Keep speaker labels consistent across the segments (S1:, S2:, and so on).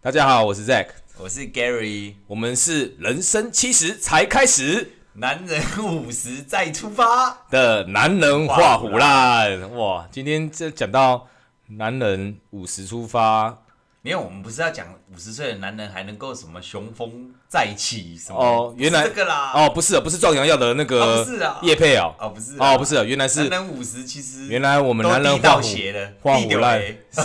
S1: 大家好，我是 Zack，
S2: 我是 Gary，
S1: 我们是人生七十才开始
S2: 男人五十再出发。
S1: 的男人画虎烂。哇，今天这讲到男人五十出发
S2: 没有，我们不是要讲五十岁的男人还能够什么雄风再起什么？
S1: 哦，原来
S2: 不是这个啦，
S1: 哦，不是啊不是壮阳药的那
S2: 啊
S1: 个
S2: 不是啊
S1: 叶配哦，
S2: 哦不是啊
S1: 哦不是啊，原来
S2: 男
S1: 是
S2: 人五十其实
S1: 原来我们
S2: 都
S1: 男人
S2: 地
S1: 画
S2: 道
S1: 虎
S2: 斜了，
S1: 画
S2: 地
S1: 虎
S2: 流
S1: 烂
S2: 欸
S1: 是，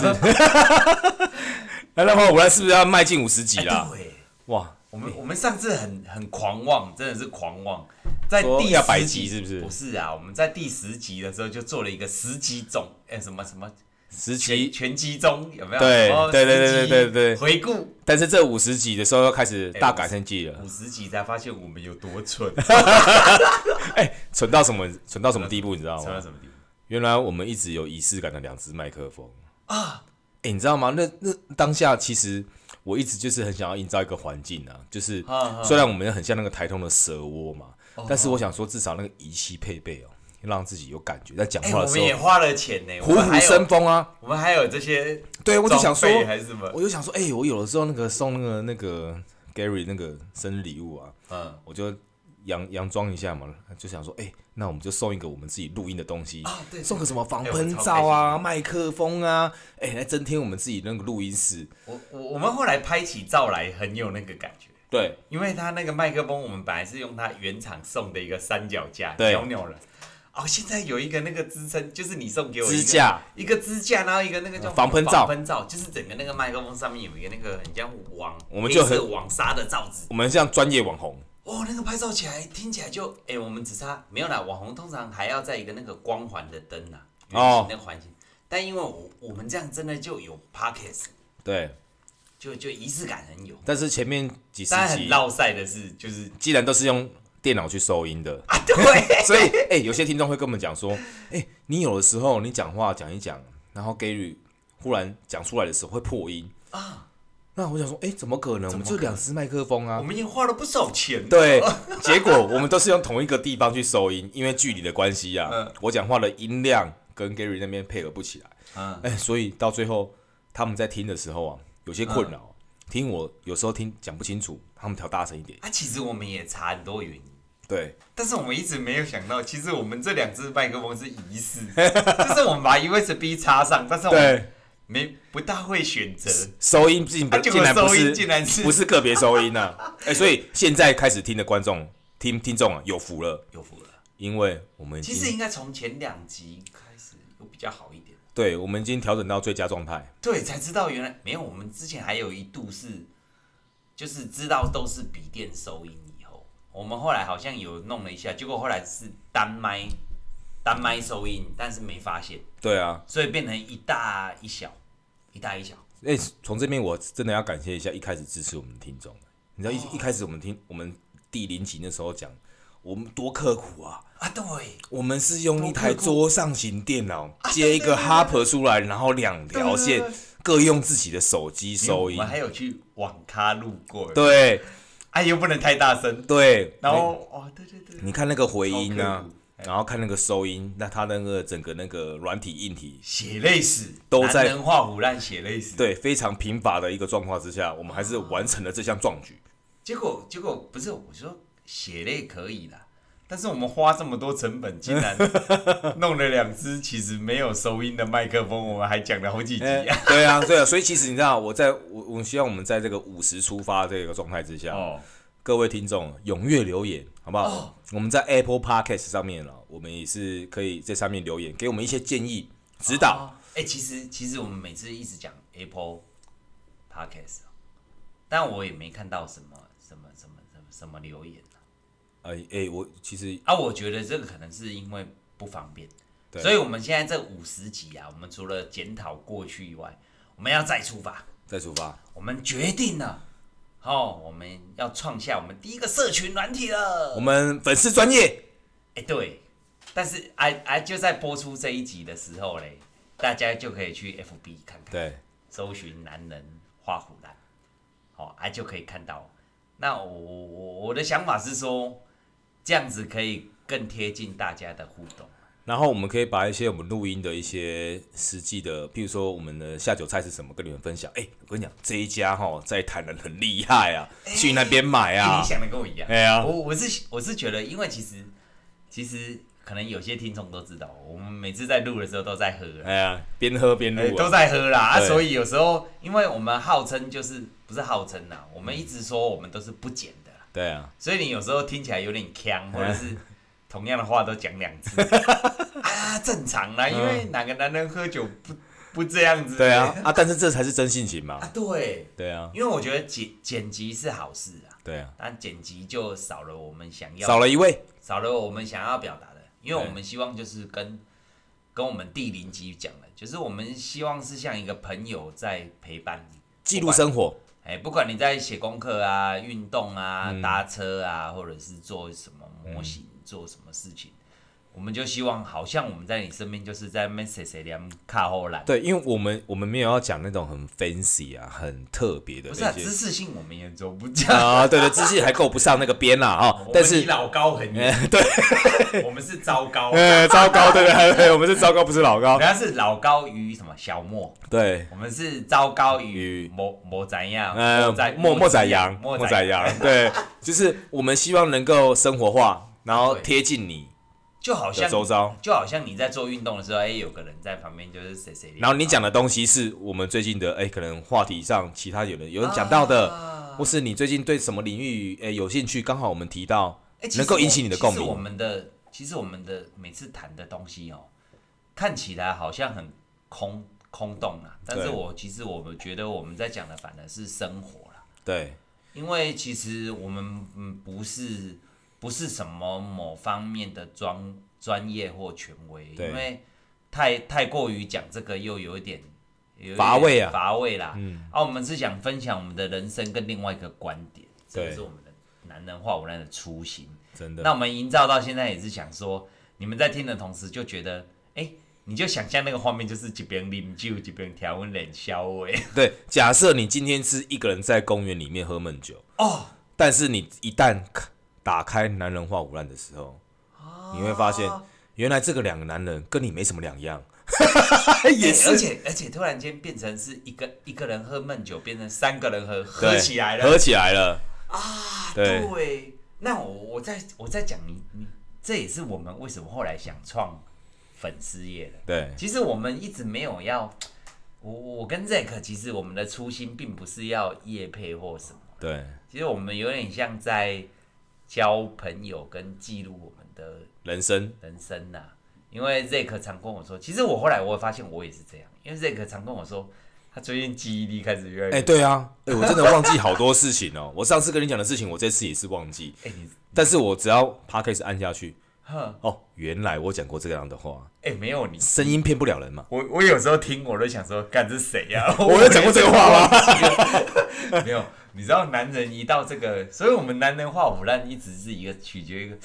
S1: 男人画虎烂是不是要迈进五十级啦？
S2: 哎对，
S1: 哇，
S2: 我们我们上次很很狂妄，真的是狂妄。在
S1: 说
S2: 第
S1: 要
S2: 十
S1: 百集
S2: 集
S1: 是不是
S2: 不是啊，我们在第十集的时候就做了一个十集总，哎、什么什么
S1: 十
S2: 全
S1: 级，
S2: 全集中有没有？
S1: 对
S2: 然后
S1: 对对
S2: 十
S1: 对
S2: 集
S1: 对对对
S2: 回顾
S1: 但是这五十级的时候要开始大改善季了
S2: 五，十集才发现我们有多 蠢，
S1: 哎，蠢到什么蠢到什么地步，你知道
S2: 蠢到
S1: 吗？
S2: 什么地步？
S1: 原来我们一直有仪式感的两只麦克风啊！哎、你知道吗？那那当下其实我一直就是很想要营造一个环境啊，就是
S2: 啊啊
S1: 虽然我们很像那个台通的蛇窝嘛，但是我想说至少那个仪器配备哦，让自己有感觉，在讲
S2: 哎、
S1: 话
S2: 我
S1: 的时
S2: 们
S1: 候、
S2: 也花了钱呢、我
S1: 虎
S2: 们
S1: 虎
S2: 还有
S1: 生风啊！
S2: 我们还有这些
S1: 对，我就想说
S2: 装备，还是什么？
S1: 我就想说，哎、我有的时候那个送那个那个 Gary 那个生日礼物啊，
S2: 嗯，
S1: 我就佯佯装一下嘛，就想说，哎、那我们就送一个我们自己录音的东西，
S2: 啊对对
S1: 送个什么防
S2: 对
S1: 喷罩啊、麦克风啊，哎、来增添我们自己那个录音室。
S2: 我我我们后来拍起照来很有那个感觉。
S1: 对，
S2: 因为它那个麦克风，我们本来是用它原厂送的一个三脚架
S1: 对
S2: 小鸟人，哦，现在有一个那个支撑，就是你送给我一个
S1: 支架，
S2: 一个支架，然后一个那个叫
S1: 防喷罩
S2: 防喷罩就是整个那个麦克风上面有一个那个很像网，
S1: 我们就很
S2: 黑色网纱的罩子，
S1: 我们像专业网红，
S2: 哦，那个拍照起来听起来就，哎、我们只差没有啦，网红通常还要在一个那个光环的灯啊，圆
S1: 哦
S2: 形那个环形，但因为我我们这样真的就有 pockets，
S1: 对。
S2: 就就仪式感很有，
S1: 但是前面几十
S2: 但很
S1: 集，
S2: 绕赛的是就是
S1: 既然都是用电脑去收音 的，
S2: 啊，对。
S1: 所以哎、有些听众会跟我们讲说，哎、你有的时候你讲话讲一讲，然后 Gary 忽然讲出来的时候会破音啊。那我想说，哎、怎么可能？我们就两只麦克风啊
S2: 我。们也花了不少钱。，
S1: 对，结果我们都是用同一个地方去收音，因为距离的关系啊，
S2: 嗯
S1: 我讲话的音量跟 Gary 那边配合不起来，
S2: 嗯，
S1: 哎、所以到最后他们在听的时候啊，有些困
S2: 嗯
S1: 扰，听我有时候听讲不清楚，他们调大声一点，
S2: 啊，其实我们也查很多原因，
S1: 对，
S2: 但是我们一直没有想到，其实我们这两只麦克风是疑似， 就是我们把 USB 插上，但是我们
S1: 对，
S2: 没不大会选择。
S1: 收音竟不
S2: 啊结
S1: 竟
S2: 果
S1: 然不
S2: 收音
S1: 是
S2: 竟然是
S1: 不是个别收音 啊，哎、所以现在开始听的观众听听众啊有福了，
S2: 有福了，
S1: 因为我们已
S2: 其实
S1: 经
S2: 应该从前两集开始有比较好一点。
S1: 对我们已经调整到最佳状态，
S2: 对，才知道原来没有，我们之前还有一度是，就是知道都是笔电收音以后，我们后来好像有弄了一下，结果后来是单麦单麦收音，但是没发现。
S1: 对啊，
S2: 所以变成一大一小，一大一小。
S1: 哎、从这边我真的要感谢一下一开始支持我们的听众。你知
S2: 哦
S1: 道一、一开始我们听我们第零集那时候讲，我们多刻苦啊！
S2: 啊，对，
S1: 我们是用一台桌上型电脑
S2: 啊
S1: 接一个哈 a 出来，然后两条线
S2: 对对
S1: 各用自己的手机收
S2: 因为我
S1: 音
S2: 们。还有去网咖路过，，
S1: 对
S2: 哎、又不能太大声，
S1: 对，
S2: 然后哦，对对对，
S1: 你你看那个回音
S2: 超
S1: 啊
S2: 刻苦，
S1: 然后看那个收音，那它那个整个那个软体硬体，
S2: 血泪史
S1: 都在
S2: 男人画虎烂血泪史。，
S1: 对非常贫乏的一个状况之下，我们还是完成了这项壮举。
S2: 结果结果不是，我说血泪可以啦。但是我们花这么多成本，竟然 弄了两只其实没有收音的麦克风，我们还讲了好几集、
S1: 哎
S2: 啊。
S1: 对啊，对啊，所以其实你知道，我在我我希望我们在这个五十出发这个状态之下，
S2: 哦，
S1: 各位听众踊跃留言，好不好？我们在 Apple Podcast 上面了，我们也是可以在上面留言，给我们一些建议指导。
S2: 哦哎、其实其实我们每次一直讲 Apple Podcast，哦但我也没看到什么什么什么什么什么留言啊
S1: 哎、哎、我其实
S2: 啊。我觉得这个可能是因为不方便，
S1: 对
S2: 所以我们现在这五十集啊，我们除了检讨过去以外，我们要再出发。
S1: 再出发，
S2: 我们决定了，哦，我们要创下我们第一个社群软体了。
S1: 我们粉丝专业
S2: 哎、对，但是哎哎、就在播出这一集的时候嘞，大家就可以去 FB 看看。
S1: 对
S2: 搜寻男人花虎兰，好、哦，啊就可以看到。那我我我的想法是说，这样子可以更贴近大家的互动。
S1: 然后我们可以把一些我们录音的一些实际的，譬如说我们的下酒菜是什么，跟你们分享。哎、我跟你讲，这一家哈在台南很厉害啊，去那边买
S2: 哎
S1: 啊
S2: 你。想的跟我一样。
S1: 哎呀
S2: 我我是我是觉得，因为其实其实可能有些听众都知道，我们每次在录的时候都在喝啊啦，
S1: 哎呀，边喝边
S2: 哎
S1: 录
S2: 都
S1: 啊。
S2: 在喝啦。啊，
S1: 对
S2: 所以有时候，因为我们号称就是不是号称
S1: 嗯
S2: 啦，我们一直说我们都是不剪的啦，
S1: 对啊，
S2: 所以你有时候听起来有点
S1: 嗯
S2: 呛，或者是同样的话都讲两 次啊，正常啦，因为哪个男人喝酒不不这样子？
S1: 嗯对啊，啊，但是这才是真性情
S2: 啊，
S1: 嘛。
S2: 对，
S1: 对啊，
S2: 因为我觉得剪剪辑是好事啊。
S1: 对啊，
S2: 但剪辑就少了我们想要
S1: 少了一位。
S2: 少了我们想要表达的，因为
S1: 对
S2: 我们希望就是跟跟我们第零集讲的，就是我们希望是像一个朋友在陪伴你，
S1: 记录生活，
S2: 哎，不管你在写功课啊、运动啊、
S1: 嗯
S2: 搭车啊，或者是做什么模型、做什么事情，我们就希望好像我们在你身边，就是在 message 两卡后栏，
S1: 对，因为我们我们没有要讲那种很 fancy 啊，很特别的
S2: 不是、啊、
S1: 那些
S2: 知识性，我们也做不讲。
S1: 啊，对对，自信还够不上那个边啦哈
S2: 我，
S1: 但
S2: 们离
S1: 是
S2: 老高很远， 对，我们是糟糕，人
S1: 呃，糟糕，对对 对，我们是糟糕，不是老高，
S2: 家是老高与什么小莫，
S1: 对，
S2: 我们是糟糕与
S1: 与
S2: 某某怎样？
S1: 呃
S2: 莫仔，
S1: 莫莫仔阳，
S2: 莫
S1: 莫仔
S2: 阳，
S1: 阳，对，就是我们希望能够生活化，然后
S2: 对
S1: 贴近你
S2: 就好
S1: 的
S2: 像
S1: 周遭，
S2: 就好像你在做运动的时候，哎，有个人在旁边就是谁谁，
S1: 然后你讲的东西是我们最近的，哎，可能话题上其他有人
S2: 啊
S1: 有人讲到的，
S2: 的
S1: 或是你最近对什么领域哎有兴趣，刚好我们提到，能够引起你的共鸣
S2: 哎其实我们的其实我们的每次谈的东西哦，看起来好像很空空洞啊，但是
S1: 对
S2: 我其实我们觉得我们在讲的反而是生活啦。
S1: 对
S2: 因为其实我们嗯不是不是什么某方面的专专业或权威，
S1: 对
S2: 因为太太过于讲这个又有一点有一点
S1: 乏味啊
S2: 乏味啦。啊，我们是想分享我们的人生跟另外一个观点，这个
S1: 对
S2: 是我们的男人话无奈的初心。
S1: 真的
S2: 那，我们营造到现在也是想说，你们在听的同时就觉得，哎、你就想象那个画面，就是一边啉酒一边调温冷消味。
S1: 对，假设你今天是一个人在公园里面喝闷酒
S2: 哦，
S1: 但是你一旦打开男人话无烂的时候，你会发现
S2: 哦
S1: 原来这个两个男人跟你没什么两 样，也
S2: 哎而
S1: 是
S2: 且而且突然间变成是一个一个人喝闷酒，变成三个人喝，
S1: 对
S2: 喝起来了。
S1: 合起来了啊，对
S2: 对，那我我在我在讲你你，这也是我们为什么后来想创粉丝业的。
S1: 对
S2: 其实我们一直没有要，我我跟 Zack 其实我们的初心并不是要业配或什么，
S1: 对，
S2: 其实我们有点像在交朋友跟记录我们的
S1: 人生
S2: 人生呐、因为 Zack 常跟我说，其实我后来我发现我也是这样，因为 Zack 常跟我说，他最近记忆力开始越来越……
S1: 哎、对啊，哎、我真的忘记好多事情哦，我上次跟你讲的事情，我这次也是忘记，
S2: 哎、你
S1: 但是我只要 p a c a s e 按下去，
S2: 哼，
S1: 哦，原来我讲过这样的话，
S2: 哎、没有你，
S1: 声音骗不了人嘛，
S2: 我我有时候听我都想说，干这谁啊 呀、
S1: 我有讲过这个话吗？
S2: 没有，你知道男人一到这个，所以我们男人话腐烂一直是一个取决于一个，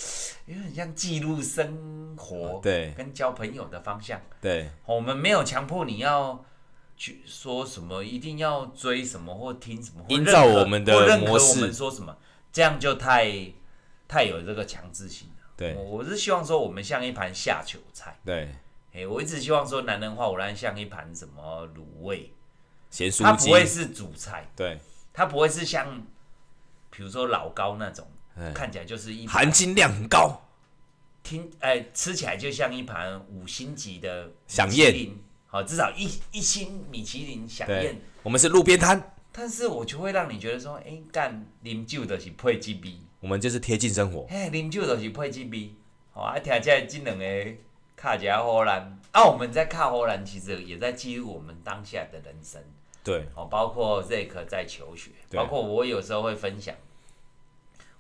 S2: 有点像记录生活
S1: 啊对
S2: 跟交朋友的方向。
S1: 对
S2: 我们没有强迫你要去说什么，一定要追什么或听什么，或
S1: 营
S2: 认
S1: 造
S2: 可
S1: 我们的
S2: 或认可
S1: 模式
S2: 我们说什么，这样就太太有这个强制性了。
S1: 对
S2: 我我是希望说，我们像一盘下酒菜。
S1: 对，
S2: 哎、我一直希望说，男人话我来像一盘什么卤味，
S1: 咸
S2: 它
S1: 酥
S2: 不会
S1: 鸡，
S2: 是主菜，
S1: 对，
S2: 它不会是像，比如说老高那种
S1: 哎，
S2: 看起来就是一盘
S1: 含金量很高，
S2: 听哎、吃起来就像一盘五星级的
S1: 响
S2: 米其
S1: 宴
S2: 林，好、至少一一星米其林响
S1: 对
S2: 宴。，
S1: 我们是路边摊。
S2: 但是我就会让你觉得说，哎、干啉酒就是配鸡逼，
S1: 我们就是贴近生活，
S2: 哎、啉酒就是配鸡逼，哦，啊，听起来这两个卡夹荷兰，啊，我们在卡荷兰其实也在记录我们当下的人生，
S1: 对
S2: 哦，包括 Zack 在求学，
S1: 对
S2: 包括我有时候会分享，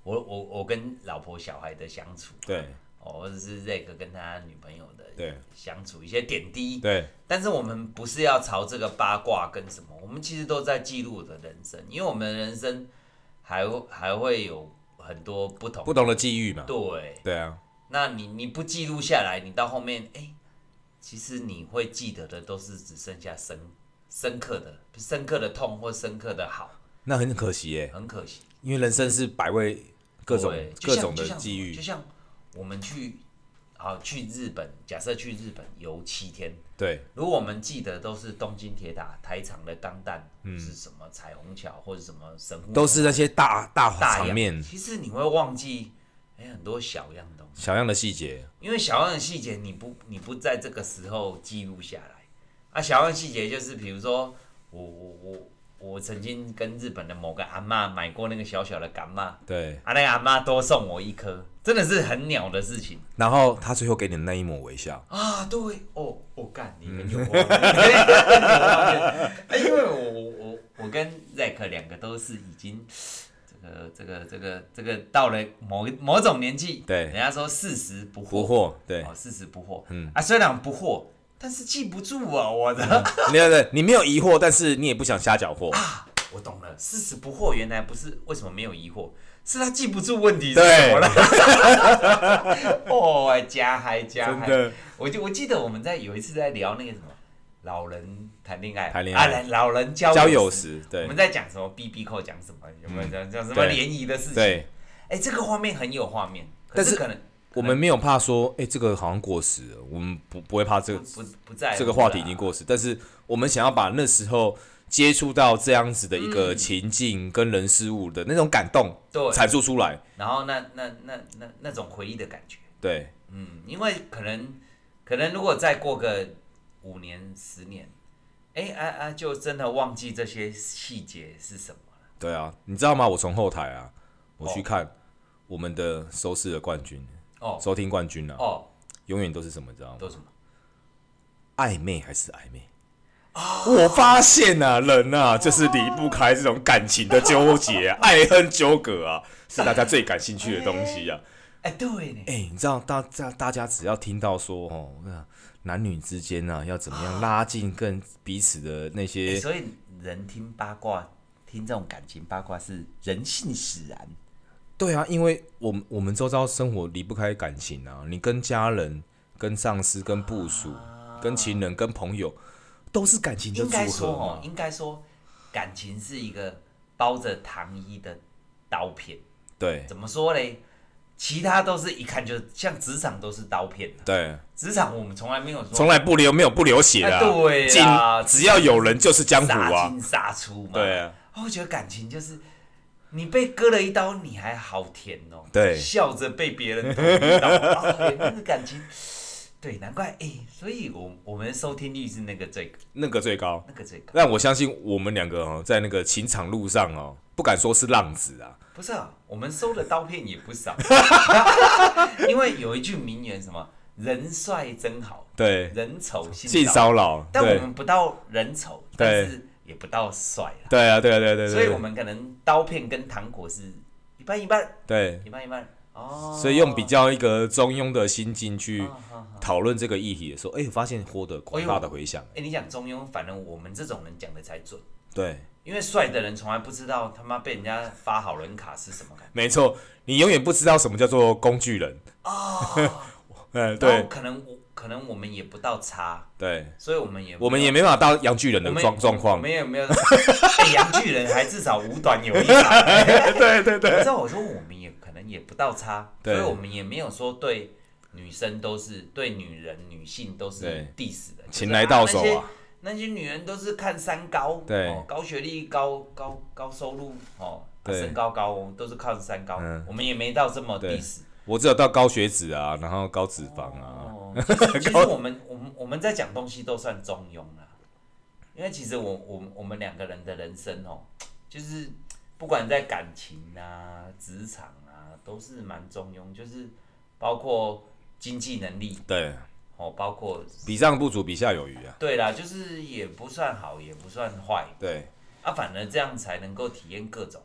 S2: 我我我跟老婆小孩的相处，
S1: 对
S2: 哦，或者是 Zack 跟他女朋友的
S1: 对
S2: 相处一些点滴，
S1: 对
S2: 但是我们不是要朝这个八卦跟什么，我们其实都在记录我的人生，因为我们的人生还会还会有很多不同。
S1: 不同的际遇嘛，
S2: 对，
S1: 对啊，
S2: 那你你不记录下来，你到后面，哎、其实你会记得的都是只剩下深深刻的、深刻的痛或深刻的好，
S1: 那很可惜耶，
S2: 很可惜。
S1: 因为人生是百味各种
S2: 对就
S1: 各
S2: 像
S1: 种
S2: 就
S1: 的
S2: 像
S1: 际遇
S2: 就，像我们去好去日本，假设去日本游七天，
S1: 对，
S2: 如果我们记得都是东京铁塔、台场的钢弹，是什么彩虹桥或者什么神户，
S1: 嗯都是那些大大
S2: 大洋
S1: 场面、
S2: 其实你会忘记哎、很多小样东西，
S1: 小样的细节，
S2: 因为小样的细节你不你不在这个时候记录下来啊，小样细节就是比如说我我我我曾经跟日本的某个阿嬷买过那个小小的干妈。
S1: 对。
S2: 啊，那个阿妈多送我一颗，真的是很鸟的事情
S1: 然后他最后给你的那一抹微笑，
S2: 啊！对，哦，我、哦、干，你们有画面，
S1: 嗯
S2: 你们有画面哎因为我我我我跟 Zack 两个都是已经这个这个这个这个到了某某种年纪，
S1: 对
S2: 人家说四十不惑，
S1: 不惑，对，
S2: 哦，四十不惑，
S1: 嗯
S2: 啊，虽然不惑，但是记不住啊，我的，
S1: 没有对，你没有疑惑，但是你也不想瞎搅和，
S2: 啊我懂了，四十不惑原来不是为什么没有疑惑，是他记不住问题是
S1: 对
S2: 什么了。哦，加嗨加
S1: 真
S2: 嗨，
S1: 的，
S2: 我就我记得我们在有一次在聊那个什么老人谈恋爱，
S1: 谈恋爱
S2: 啊，老人 交
S1: 交友
S2: 时，
S1: 时，
S2: 我
S1: 对嗯
S2: 们在讲什么 B B 扣讲什么，有没有讲讲什么
S1: 对
S2: 联谊的事情？
S1: 对，
S2: 哎，这个画面很有画面，可
S1: 但
S2: 是
S1: 是
S2: 可能
S1: 我们没有怕说，哎、这个好像过时了，我们不不会怕这
S2: 不
S1: 个
S2: 不不在乎
S1: 这个话题
S2: 啦
S1: 已经过时，但是我们想要把那时候接触到这样子的一个情境跟人事物的那种感动
S2: 嗯对，
S1: 阐述出来，
S2: 然后那那那那那种回忆的感觉，
S1: 对，
S2: 嗯，因为可能可能如果再过个五年十年，哎啊啊，就真的忘记这些细节是什么了。
S1: 对啊，你知道吗？我从后台啊，我去
S2: 哦
S1: 看我们的收视的冠军，
S2: 哦
S1: 收听冠军啊，
S2: 哦，
S1: 永远都是什么，你知道吗？
S2: 都什么？
S1: 暧昧还是暧昧？我发现啊，人啊，就是离不开这种感情的纠结、啊 爱恨纠葛啊，是大家最感兴趣的东西啊。
S2: 哎，对呢，
S1: 哎、你知道大大大家只要听到说哦，那男女之间啊，要怎么样拉近更彼此的那
S2: 欸
S1: 些，
S2: 所以人听八卦，听这种感情八卦是人性使然。
S1: 对啊，因为我们我们周遭生活离不开感情啊，你跟家人、跟上司、跟部属、跟情人、跟朋友，都是感情的
S2: 啊应该
S1: 组
S2: 说
S1: 合
S2: 哦
S1: 嘛，。
S2: 应该说感情是一个包着糖衣的刀片。
S1: 对
S2: 怎么说嘞？其他都是一看就像职场都是刀片的，啊
S1: 对，
S2: 职场我们从来没有说
S1: 从来不流没有不流血的、
S2: 哎对
S1: 进
S2: 啊
S1: 只要有人就是江湖
S2: 杀
S1: 啊，
S2: 进杀出嘛。
S1: 对啊，
S2: 我觉得感情就是你被割了一刀，你还好甜哦，
S1: 对
S2: 笑着被别人捅一刀，哦，那个感情，对，难怪哎、所以我我们收听率是那个最
S1: 那个最高。
S2: 那个最高，
S1: 但我相信我们两个哦，在那个情场路上哦，不敢说是浪子啊，
S2: 不是啊，我们收的刀片也不少， 因为有一句名言什么“人帅真好，
S1: 对，
S2: 人丑
S1: 性
S2: 性骚
S1: 骚
S2: 扰
S1: 扰”，，
S2: 但我
S1: 对，
S2: 们不到人丑，但是也不到帅啦，
S1: 对啊，对啊，对啊对啊对啊，
S2: 所以我们可能刀片跟糖果是一半一半，
S1: 对，
S2: 一半一半哦，
S1: 所以用比较一个中庸的心境去
S2: 哦好好
S1: 讨论这个议题的时候，哎，我发现获得广大的回响，
S2: 哎、你讲中庸，反正我们这种人讲的才准，
S1: 对，
S2: 因为帅的人从来不知道他妈被人家发好人卡是什么感觉。
S1: 没错，你永远不知道什么叫做工具人哦， 嗯，
S2: 然
S1: 对
S2: 后可能我可能我们也不到差，
S1: 对，
S2: 所以我们也
S1: 我们也
S2: 没
S1: 没办法到洋巨人
S2: 有
S1: 的
S2: 我们
S1: 状状
S2: 我
S1: 况，
S2: 们也没有。 哎、洋巨人还至少五短有一长。
S1: 对对
S2: 你
S1: 对，
S2: 知道我说我们也可能也不到差，所
S1: 对
S2: 以我们也没有说对女生都是对女人女性都是
S1: 对
S2: diss 的，就是
S1: 擒来到手
S2: 那些
S1: 啊，
S2: 那些女人都是看三高，
S1: 对
S2: 哦、高学历、高高高收入，哦，啊
S1: 对
S2: 身高高，我们都是看三高，
S1: 嗯
S2: 我们也没到这么
S1: 对
S2: diss。
S1: 我只有到高血脂啊，然后高脂肪啊，
S2: 哦，其实其实我们我们我们在讲东西都算中庸啦，因为其实我我我们两个人的人生哦，就是不管在感情啊、职场啊，都是蛮中庸，就是包括经济能力
S1: 对，
S2: 哦，包括
S1: 比上不足，比下有余啊，
S2: 对啦，就是也不算好，也不算坏。
S1: 对
S2: 啊，反而这样才能够体验各种，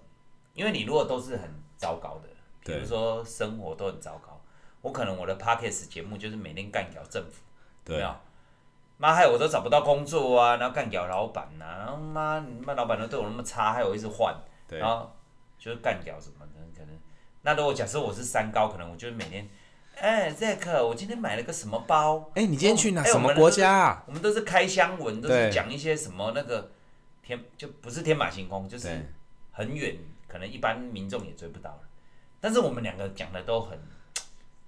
S2: 因为你如果都是很糟糕的，比如
S1: 对
S2: 说生活都很糟糕，我可能我的 podcast 节目就是每天干掉政府，有没
S1: 对
S2: 有，妈害我都找不到工作啊，然后干掉老板呐、然后妈你妈老板都对我那么差，害我一直换，
S1: 对
S2: 然后就是干掉什么的可能。那如果假设我是三高，可能我就是每天，哎，Zack，我今天买了个什么包，
S1: 哎、你今天去哪、
S2: 哎
S1: 什么国家、啊？
S2: 我们都是开箱文，都是
S1: 对
S2: 讲一些什么那个天就不是天马行空，就是
S1: 对
S2: 很远，可能一般民众也追不到了但是我们两个讲的都很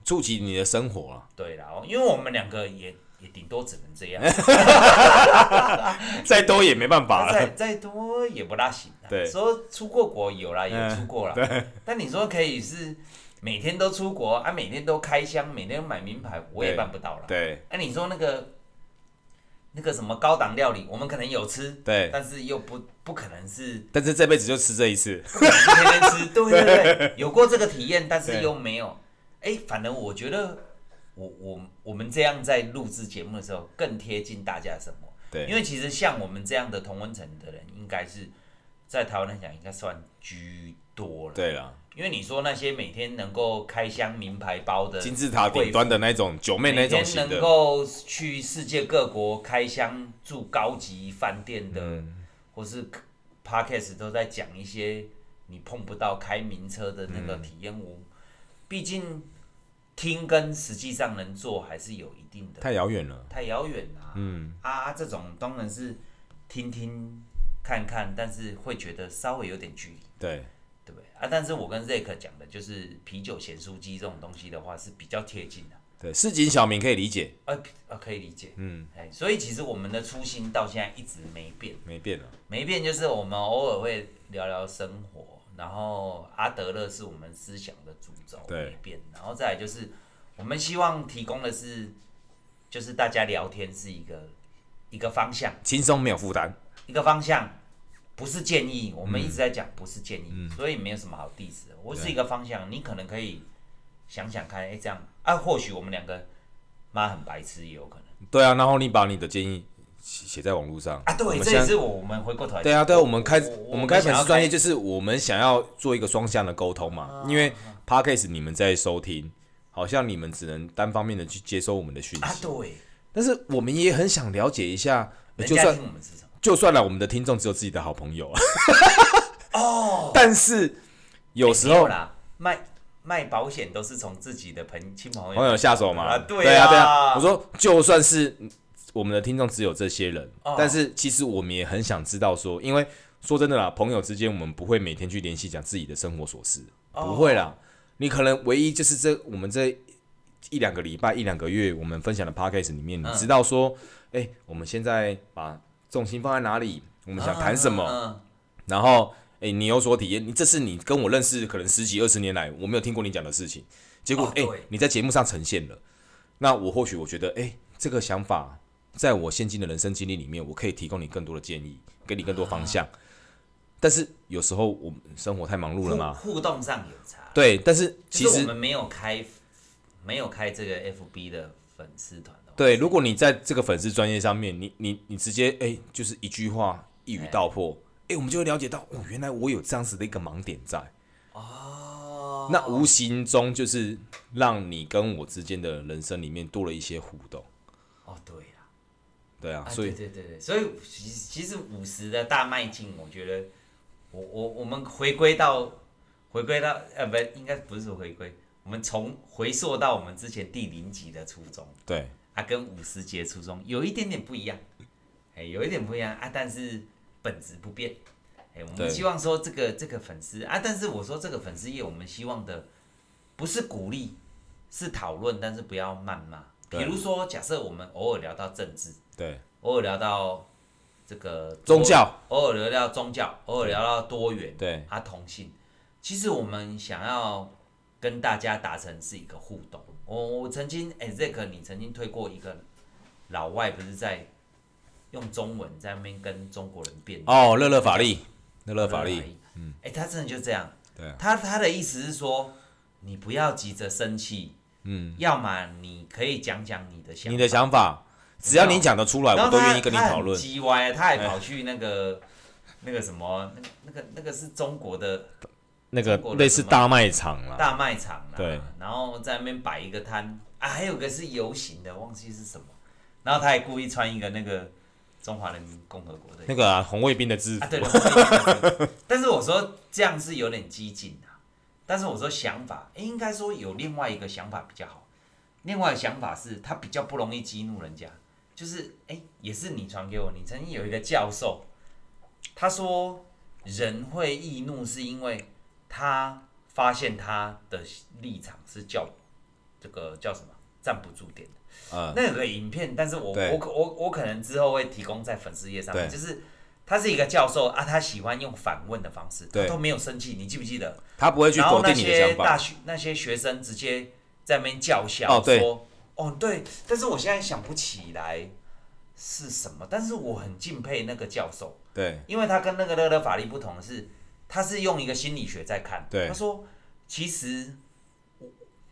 S1: 触及你的生活啊，
S2: 对啦，哦因为我们两个也也顶多只能这样，
S1: 再多也没办法
S2: 再
S1: 了。
S2: 再多也不大行啦。
S1: 对
S2: 说出过国有啦，也
S1: 嗯
S2: 出过啦。 但你说可以是每天都出国啊，每天都开箱，每天都买名牌，我也
S1: 对
S2: 办不到 啦。
S1: 对
S2: 哎、你说那个那个什么高档料理，我们可能有吃，
S1: 对，
S2: 但是又不不可能是
S1: 但是这辈子就吃这一次。
S2: 不可能是天 天吃，对对对，有过这个体验，但是
S1: 对
S2: 又没有。哎、反正我觉得我我我们这样在录制节目的时候，更贴近大家的生活。因
S1: 对，
S2: 为其实像我们这样的同温层的人，应该是在台湾来讲，应该算居多了。
S1: 对了，
S2: 因为你说那些每天能够开箱名牌包的，
S1: 金字塔顶端的那种九妹那
S2: 每
S1: 种
S2: 天
S1: 型
S2: 能
S1: 的，
S2: 够去世界各国开箱住高级饭店的，
S1: 嗯
S2: 或是 podcast 都在讲一些你碰不到开名车的那
S1: 嗯
S2: 个体验屋，毕竟听跟实际上能做还是有一定的
S1: 太遥远了。
S2: 太遥远啦。嗯啊，这种当然是听听看看，但是会觉得稍微有点距离，
S1: 对，
S2: 对不对啊？但是我跟 Zack 讲的就是啤酒咸酥鸡这种东西的话是比较贴近的，
S1: 对，市井小民可以理解，
S2: 呃、啊，可以理解。嗯，哎，所以其实我们的初心到现在一直没变，
S1: 没变了。
S2: 没变就是我们偶尔会聊聊生活，然后阿德勒是我们思想的主轴，
S1: 对
S2: 没变。然后再来就是我们希望提供的是，就是大家聊天是一个一个方向。
S1: 轻松没有负担，
S2: 一个方向，不是建议，我们一直在讲不是建议，
S1: 嗯
S2: 所以没有什么好 diss 的。我是一个方向，你可能可以想想看，哎、这样啊，或许我们两个妈很白痴也有可能
S1: 对啊，然后你把你的建议写写在网络上
S2: 啊。
S1: 我
S2: 对，
S1: 们
S2: 这
S1: 现
S2: 也
S1: 在
S2: 是我我们回过头来
S1: 对啊，对啊，我们开
S2: 我
S1: 我们开
S2: 想
S1: 粉
S2: 要
S1: 丝专业
S2: 开啊
S1: 就是我们想要做一个双向的沟通嘛，因为 podcast 你们在收听，好像你们只能单方面的去接收我们的讯
S2: 啊，
S1: 息，
S2: 对，
S1: 但是我们也很想了解一下，
S2: 人
S1: 就
S2: 家
S1: 算
S2: 听我们是什么？
S1: 就算了，我们的听众只有自己的好朋友啊，哦， 但是有时
S2: 没
S1: 候
S2: 啦，卖卖保险都是从自己的朋亲朋
S1: 朋
S2: 友
S1: 友下手嘛，
S2: 啊对
S1: 对啊，
S2: 啊
S1: 对啊，我说就算是我们的听众只有这些人，
S2: 哦
S1: 但是其实我们也很想知道说，因为说真的啦，朋友之间我们不会每天去联系讲自己的生活琐事，
S2: 啊
S1: 不会啦。你可能唯一就是这我们这一两个礼拜、一两个月我们分享的 podcast 里面，你
S2: 嗯
S1: 知道说，哎、我们现在把重心放在哪里，我们想谈什么，
S2: 嗯嗯嗯
S1: 然后，哎、你有所体验，你这是你跟我认识可能十几二十年来，我没有听过你讲的事情。结果
S2: 哦，
S1: 哎、
S2: 对
S1: 你在节目上呈现了，那我或许我觉得，哎、这个想法在我现今的人生经历里面，我可以提供你更多的建议，给你更多方
S2: 啊
S1: 向。但是有时候我们生活太忙碌了嘛，
S2: 互互动上有差。
S1: 对。但是其
S2: 哦就是我
S1: 实
S2: 们没有开没有开这个 FB 的粉丝团的话，
S1: 对，如果你在这个粉丝专业上面，你你你直接哎、就是一句话一语道破，哎、我们就会了解到，哦，原来我有这样子的一个盲点在。
S2: 哦，
S1: 那无形中就是让你跟我之间的人生里面多了一些互动，
S2: 哦对啦，
S1: 对啊，
S2: 啊
S1: 所以
S2: 对对对对，所以其实其实五十的大迈进，我觉得我我我们回归到回归到呃不应该不是说回归，我们从回溯到我们之前第零集的初衷
S1: 对
S2: 啊，跟五十节初衷有一点点不一样，哎、有一点不一样啊，但是本质不变。哎、我
S1: 对
S2: 们希望说这个这个粉丝啊，但是我说这个粉丝业，我们希望的不是鼓励，是讨论，但是不要谩骂。比
S1: 对
S2: 如说，假设我们偶尔聊到政治，
S1: 对
S2: 偶尔聊到这个
S1: 宗，教，
S2: 偶尔聊到宗教，偶尔聊到多元，
S1: 对
S2: 啊同性，其实我们想要跟大家达成是一个互动。我我曾经哎、z a c k 你曾经推过一个老外不是在用中文在那边跟中国人辩论。
S1: 哦，乐乐法力，乐乐法力，，
S2: 嗯，哎、他真的就这样，
S1: 对啊
S2: 他他的意思是说，你不要急着生气，嗯，要么你可以讲讲你的想法，
S1: 你的想法，只要你讲得出来，
S2: 然
S1: 啊我
S2: 后
S1: 都
S2: 他
S1: 愿意跟你讨论。哎
S2: 鸡歪，他还跑去那个、那个什么，那个那个那个是中国的
S1: 那个
S2: 中国的
S1: 类似
S2: 什么
S1: 大卖场啦，
S2: 大卖场啦，
S1: 啊对，
S2: 然后在那边摆一个摊啊，还有个是游行的，忘记是什么，然后他还故意穿一个那个中华人民共和国的
S1: 那个啊，红卫兵的制服
S2: 啊，，对了，我也 但是我说这样是有点激进啊，但是我说想法，诶应该说有另外一个想法比较好。另外一个想法是，他比较不容易激怒人家，就是诶，也是你传给我，你曾经有一个教授，他说人会易怒是因为他发现他的立场是较这个叫什么站不住点的，
S1: 嗯
S2: 那有个影片，但是我
S1: 对
S2: 我可我我可能之后会提供在粉丝页上面，
S1: 对
S2: 就是他是一个教授啊，他喜欢用反问的方式，他
S1: 对
S2: 都没有生气，你记不记得？
S1: 他不会去
S2: 然后
S1: 否
S2: 那
S1: 定你的
S2: 些
S1: 想
S2: 大
S1: 法。
S2: 学那些学生直接在那边叫嚣
S1: 哦对
S2: 说，哦对，但是我现在想不起来是什么，但是我很敬佩那个教授，
S1: 对
S2: 因为他跟那个勒勒法利不同的是，他是用一个心理学在看。
S1: 对
S2: 他说其实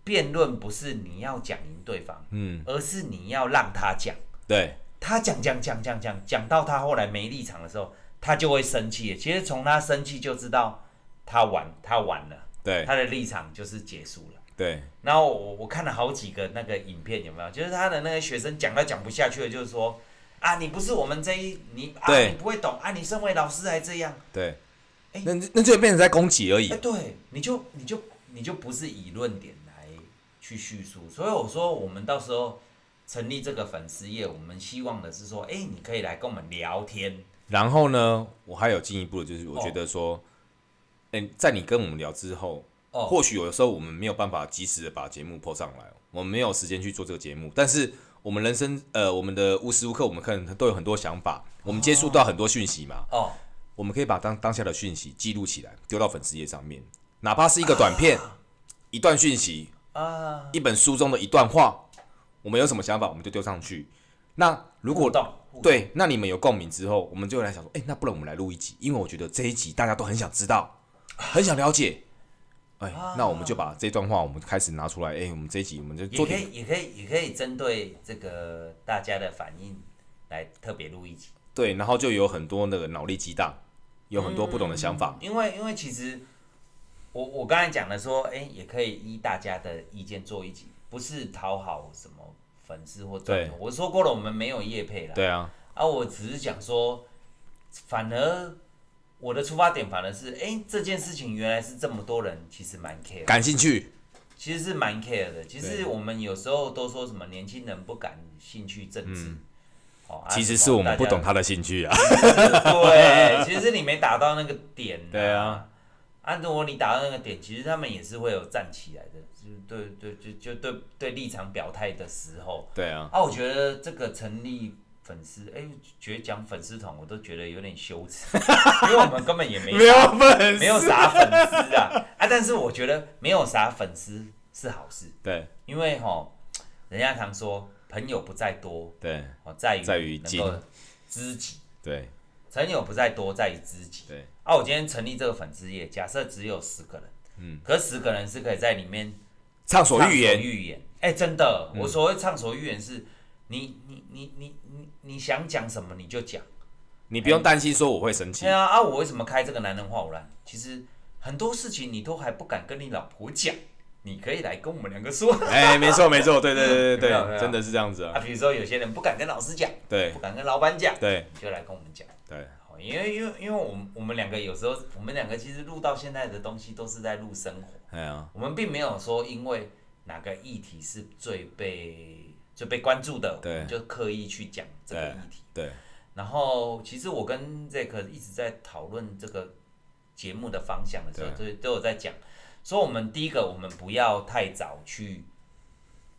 S2: 辩论不是你要讲赢对方，嗯，而是你要让他讲，
S1: 对
S2: 他讲讲讲讲讲讲到他后来没立场的时候，他就会生气了。其实从他生气就知道他完他完了，
S1: 对
S2: 他的立场就是结束了。
S1: 对
S2: 然后我我看了好几个那个影片，有没有？就是他的那个学生讲到讲不下去了，就是说啊，你不是我们这一你啊，
S1: 对
S2: 你不会懂啊，你身为老师还这样，
S1: 对
S2: 哎，
S1: 那那就变成在攻击而已
S2: 哎、。对，你就你就你就不是以论点来去叙述，所以我说我们到时候成立这个粉丝页，我们希望的是说，哎、你可以来跟我们聊天，
S1: 然后呢，我还有进一步的，就是我
S2: 哦
S1: 觉得说，哎，在你跟我们聊之后，
S2: 哦
S1: 或许有的时候我们没有办法及时的把节目播上来，哦我们没有时间去做这个节目，但是我们人生呃，我们的无时无刻我们可能都有很多想法，我们接触到很多讯息嘛，
S2: 哦，
S1: 我们可以把当当下的讯息记录起来，丢到粉丝页上面，哪怕是一个短片、一段讯息啊，一本书中的一段话，我们有什么想法，我们就丢上去。那如果
S2: 互动互动
S1: 对，那你们有共鸣之后，我们就来想说，哎、那不然我们来录一集，因为我觉得这一集大家都很想知 道，很想了解。哎、
S2: 啊
S1: 那我们就把这段话我们开始拿出来，哎、我们这一集我们就
S2: 也
S1: 做
S2: 可
S1: 点
S2: 以也可以也可以针对这个大家的反应来特别录一集。
S1: 对，然后就有很多那个脑力激荡，有很多不同的想法，
S2: 因为因为其实我我刚才讲的说，哎、也可以依大家的意见做一集，不是讨好什么粉丝或赚钱
S1: 对
S2: 我说过了，我们没有业配啦。
S1: 对啊，
S2: 啊，我只是讲说，反而我的出发点反而是，哎、这件事情原来是这么多人其实蛮 care，的
S1: 感兴趣，
S2: 其实是蛮 care 的。其
S1: 对
S2: 实我们有时候都说什么年轻人不感兴趣政治，哦，啊
S1: 嗯其实
S2: 什
S1: 是
S2: 么
S1: 我们
S2: 大
S1: 不
S2: 家
S1: 懂他的兴趣啊。
S2: 对，其实你没打到那个点、
S1: 对啊，
S2: 啊，如果你打到那个点，其实他们也是会有站起来的，就是对对就就对对立场表态的时候。
S1: 对啊，
S2: 啊，我觉得这个成立粉丝，哎、觉得讲粉丝团我都觉得有点 羞耻，因为我们根本也没
S1: 没有粉丝，
S2: 没有啥粉丝啊啊！但是我觉得没有啥粉丝是好事，
S1: 对
S2: 因为吼，人家常说朋友不在多，
S1: 对
S2: 哦，在于
S1: 在于
S2: 能
S1: 精
S2: 够知己。
S1: 对
S2: 朋友不在多，在于知己。
S1: 对
S2: 啊，我今天成立这个粉丝页，假设只有十个人，嗯，可十个人是可以在里面
S1: 畅所欲
S2: 畅所
S1: 言，嗯
S2: 欲言。哎、真的，我所谓畅所欲言是，你你你你你你想讲什么你就讲。
S1: 你不用担心说我会生气
S2: 对。啊啊！我为什么开这个男人话无烂？其实很多事情你都还不敢跟你老婆讲，你可以来跟我们两个说
S1: 哎，没错没错，对对对对
S2: 有没有有没
S1: 对，
S2: 有
S1: 真的是这样子
S2: 啊。
S1: 啊。
S2: 比如说有些人不敢跟老师讲，
S1: 对
S2: 不敢跟老板讲，
S1: 对
S2: 你就来跟我们讲。
S1: 对
S2: 好因为因为因为我们我们两个有时候，我们两个其实录到现在的东西都是在录生活，
S1: 哎呀，
S2: 我们并没有说因为哪个议题是最被最被关注的，我
S1: 对
S2: 们就刻意去讲这个
S1: 对
S2: 议题。
S1: 对
S2: 然后其实我跟 Zack 一直在讨论这个节目的方向的时候，都都有在讲，说我们第一个我们不要太早去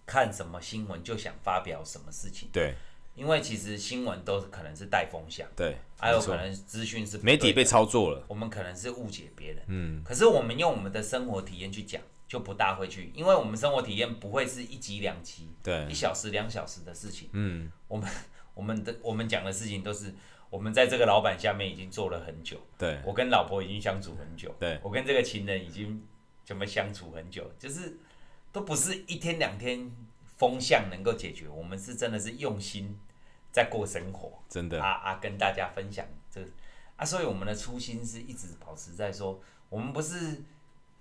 S2: 看什么新闻就想发表什么事情，
S1: 对
S2: 因为其实新闻都可能是带风向，
S1: 对，
S2: 还
S1: 没
S2: 有
S1: 错
S2: 可能资讯是不
S1: 媒体
S2: 对的
S1: 被操作了。
S2: 我们可能是误解别人，嗯，可是我们用我们的生活体验去讲，就不大会去，因为我们生活体验不会是一集两集、一
S1: 对
S2: 小时两小时的事情，嗯，我们我们的我们讲的事情都是我们在这个老板下面已经做了很久，
S1: 对
S2: 我跟老婆已经相处很久，
S1: 对
S2: 我跟这个情人已经怎么相处很久，就是都不是一天两天风向能够解决，我们是真的是用心在过生活，
S1: 真的
S2: 啊啊，跟大家分享这个啊，所以我们的初心是一直保持在说，我们不是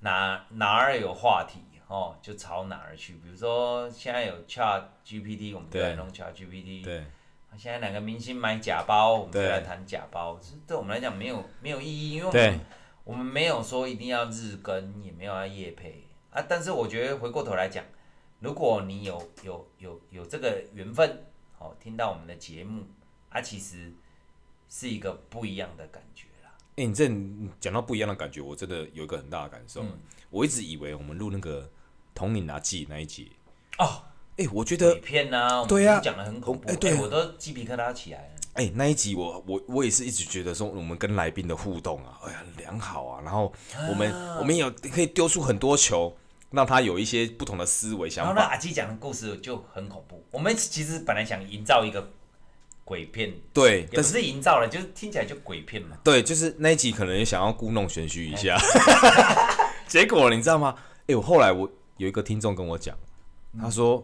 S2: 哪哪儿有话题哦就朝哪儿去，比如说现在有 Chat GPT，我们就
S1: 对
S2: 来弄 Chat GPT。
S1: 对
S2: 现在哪个明星买假包，我们就
S1: 对
S2: 来谈假包，这对我们来讲没有没有意义，因为我
S1: 对
S2: 们我们没有说一定要日更，也没有要夜配啊。但是我觉得回过头来讲，如果你有有有有这个缘分，哦，听到我们的节目，啊，其实是一个不一样的感觉啦。
S1: 哎、你这你讲到不一样的感觉，我
S2: 嗯
S1: 真的有一个很大的感受。我一直以为我们录那个《统领拿记》那一集，
S2: 哦，
S1: 哎、我觉
S2: 鬼
S1: 得
S2: 片呐、啊，
S1: 对啊
S2: 我们讲的很恐怖，
S1: 哎
S2: 哎、
S1: 对啊
S2: 我都鸡皮疙瘩起来了。
S1: 哎、那一集我我我也是一直觉得说我们跟来宾的互动啊，哎呀很良好啊，然后我们、
S2: 啊
S1: 我们有可以丢出很多球，让他有一些不同的思维
S2: 然后
S1: 想
S2: 那
S1: 法。
S2: 阿基讲的故事就很恐怖。我们其实本来想营造一个鬼片，
S1: 对，
S2: 也
S1: 但
S2: 不
S1: 是
S2: 是营造了，就是听起来就鬼片嘛。
S1: 对，就是那一集可能也想要故弄玄虚一下， 结果你知道吗？哎、我后来我有一个听众跟我讲，他说：“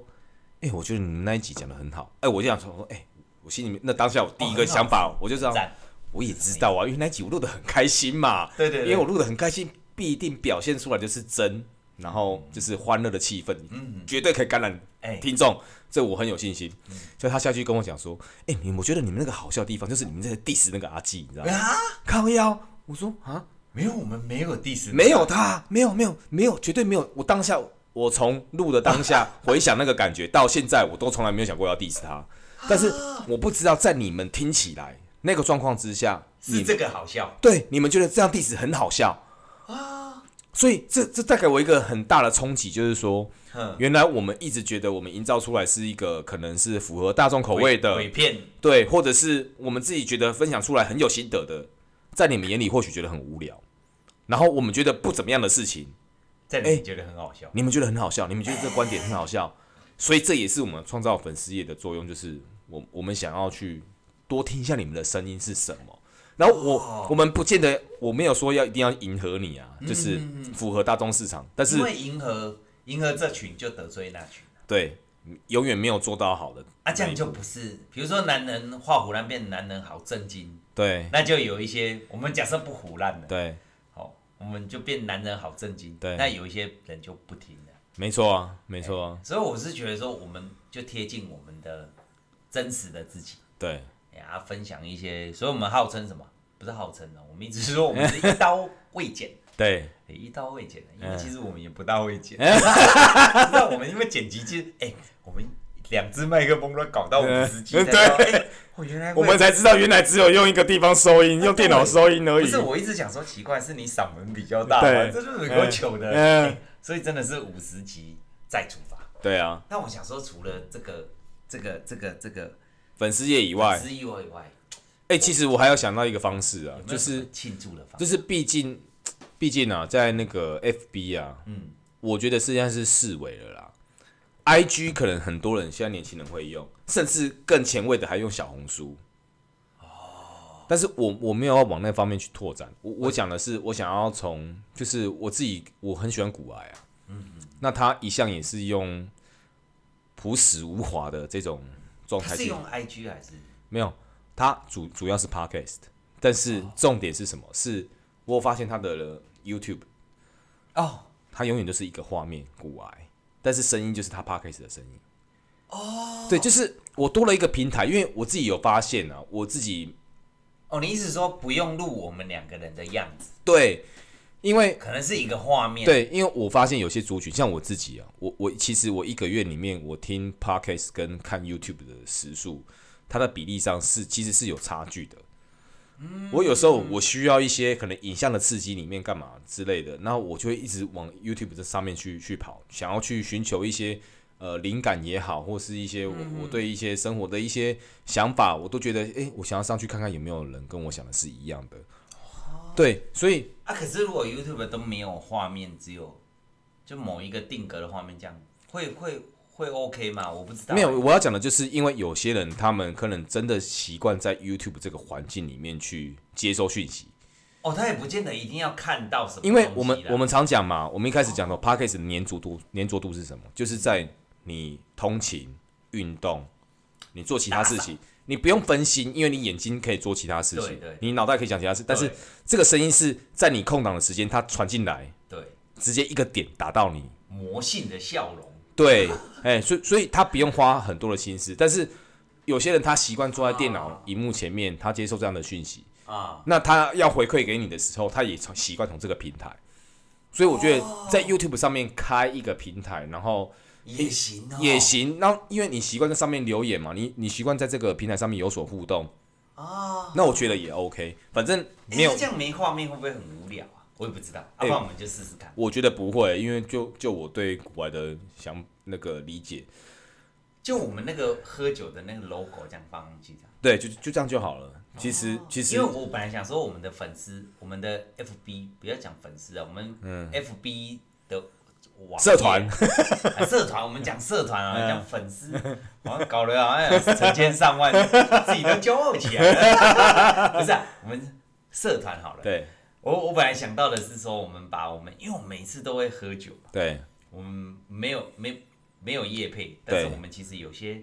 S1: 哎、我觉得你们那一集讲的很好。哎，我就想说，哎、我心里面那当下我第一个
S2: 哦很好
S1: 想法，我就知道
S2: 赞，
S1: 我也知道啊，因为那一集我录的很开心嘛。
S2: 对对对
S1: 因为我录的很开心，必定表现出来就是真，然后就是欢乐的气氛，嗯，绝对可以感染
S2: 嗯哎嗯
S1: 听众，这我很有信心。所以他下去跟我讲说，哎、你我觉得你们那个好笑的地方就是你们在 diss 那个阿基，你知道吗？
S2: 啊，
S1: 靠腰，我说啊，
S2: 没有，我们没有第十，
S1: 没有他，没有没有没有，绝对没有。我当下，我从录的当 下回想那个感觉，到现在我都从来没有想过要 diss 他，但是
S2: 啊
S1: 我不知道在你们听起来那个状况之下，你
S2: 是这个好笑。
S1: 对你们觉得这样 diss 很好笑啊，所以这这带给我一个很大的冲击，就是说。
S2: 哼，
S1: 原来我们一直觉得我们营造出来是一个可能是符合大众口味的，
S2: 鬼片，
S1: 对，或者是我们自己觉得分享出来很有心得的，在你们眼里或许觉得很无聊，然后我们觉得不怎么样的事情，
S2: 在
S1: 哎
S2: 你觉得很好笑。
S1: 你们觉得很好笑，你们觉得这个观点很好笑，所以这也是我们创造粉丝业的作用，就是我我们想要去多听一下你们的声音是什么。然后我、
S2: 哦
S1: 我们不见得我没有说要一定要迎合你啊，
S2: 嗯
S1: 就是符合大众市场，但是
S2: 因为迎合迎合这群就得罪那群
S1: 对永远没有做到好的
S2: 啊，这样就不是。比如说男人画虎烂变男人好震惊，
S1: 对
S2: 那就有一些我们假设不虎烂了，
S1: 对，
S2: 好，我们就变男人好震惊。
S1: 对
S2: 那有一些人就不听了。
S1: 没错啊，没错啊，
S2: 所以我是觉得说，我们就贴近我们的真实的自己，
S1: 对
S2: 给大家哎分享一些。所以我们号称什么？不是号称哦，我们一直说我们是一刀未 剪，
S1: 对
S2: 诶一刀未
S1: 啊
S2: 剪的，因
S1: 嗯
S2: 为其实我们也不大会剪。 那我们因为剪辑机，哎、我们两只麦克风都搞到五十几，
S1: 嗯
S2: 才知道
S1: 对
S2: 哎我原来会
S1: 我们才知道原来只有用一个地方收音，用电脑收音而
S2: 不
S1: 已。
S2: 是，我一直想说奇怪，是你嗓门比较大嘛，
S1: 对
S2: 这就是够糗的、
S1: 嗯
S2: 哎所以真的是五十集再出发。
S1: 对啊，
S2: 那我想说，除了这个、这个、这个、这个
S1: 粉丝业以外，
S2: 之意外以外，
S1: 哎、其实我还有想到一个方式啊
S2: 有，没
S1: 就
S2: 有什
S1: 是
S2: 么庆祝的方
S1: 就
S2: 式，
S1: 是毕竟毕竟啊，在那个 FB 啊，
S2: 嗯，
S1: 我觉得现在是视为了啦。IG 可能很多人现在年轻人会用，甚至更前卫的还用小红书。但是我我没有要往那方面去拓展，我我讲的是我想要从就是我自己我很喜欢古癌啊，
S2: 嗯
S1: 那他一向也是用朴实无华的这种状
S2: 他
S1: 态
S2: 是
S1: 去
S2: 用 IG 还是？
S1: 没有，他主主要是 podcast，但是重点是什么？是我发现他的 YouTube，
S2: 哦
S1: 他永远都是一个画面骨癌，但是声音就是他 podcast 的声音。哦，对，就是我多了一个平台，因为我自己有发现啊，我自己
S2: 哦，你意思说不用录我们两个人的样子，
S1: 对，因为
S2: 可能是一个画面，，
S1: 对，因为我发现有些族群，像我自己啊，我我其实我一个月里面我听 podcast 跟看 YouTube 的时数，它的比例上是其实是有差距的。我有时候我需要一些可能影像的刺激，里面干嘛之类的，那我就会一直往 YouTube 这上面去去跑，想要去寻求一些呃灵感也好，或是一些我我对一些生活的一些想法，我都觉得诶，我想要上去看看有没有人跟我想的是一样的。对，所以
S2: 啊，可是如果 YouTube 都没有画面，只有就某一个定格的画面，这样会会会 OK 吗？我不知道，欸
S1: 没有，，我要讲的就是，因为有些人他们可能真的习惯在 YouTube 这个环境里面去接收讯息，
S2: 哦，他也不见得一定要看到什么东西啦，
S1: 因为我们我们常讲嘛，我们一开始讲到 Podcast 的粘着度，粘着度是什么？就是在你通勤、运动、你做其他事情，你不用分心，因为你眼睛可以做其他事情
S2: 对对，
S1: 你脑袋可以想其他事，但是
S2: 对
S1: 这个声音是在你空档的时间它传进来，
S2: 对
S1: 直接一个点打到你，
S2: 魔性的笑容，
S1: 对，哎、所以所以他不用花很多的心思，但是有些人他习惯坐在电脑荧幕前面，他接受这样的讯息
S2: 啊，
S1: 那他要回馈给你的时候，他也从习惯从这个平台，所以我觉得
S2: 哦
S1: 在 YouTube 上面开一个平台，然后
S2: 也行哦，
S1: 也行，那因为你习惯在上面留言嘛，你你习惯在这个平台上面有所互动，
S2: 啊，
S1: 那我觉得也 OK，反正
S2: 诶
S1: 没有
S2: 那这样没画面会不会很无聊啊？我也不知道，要、不然我们就试试看。
S1: 我觉得不会，因为就就我对古玩的想那个理解，
S2: 就我们那个喝酒的那个 logo 这样放上去，这样。
S1: 对，就就这样就好了。其实其实
S2: 因为我本来想说我们的粉丝，我们的 FB 不要讲粉丝啊，我们 FB 的网页
S1: 嗯社团 嗯
S2: 啊社团，我们讲社团啊，讲粉丝，好像搞得好像有成千上万，自己都骄傲起来了。 不是啊，我们社团好了。
S1: 对
S2: 我我本来想到的是说，我们把我们，因为我们每次都会喝酒嘛，
S1: 对
S2: 我们没有没没有夜配，但是
S1: 对
S2: 我们其实有些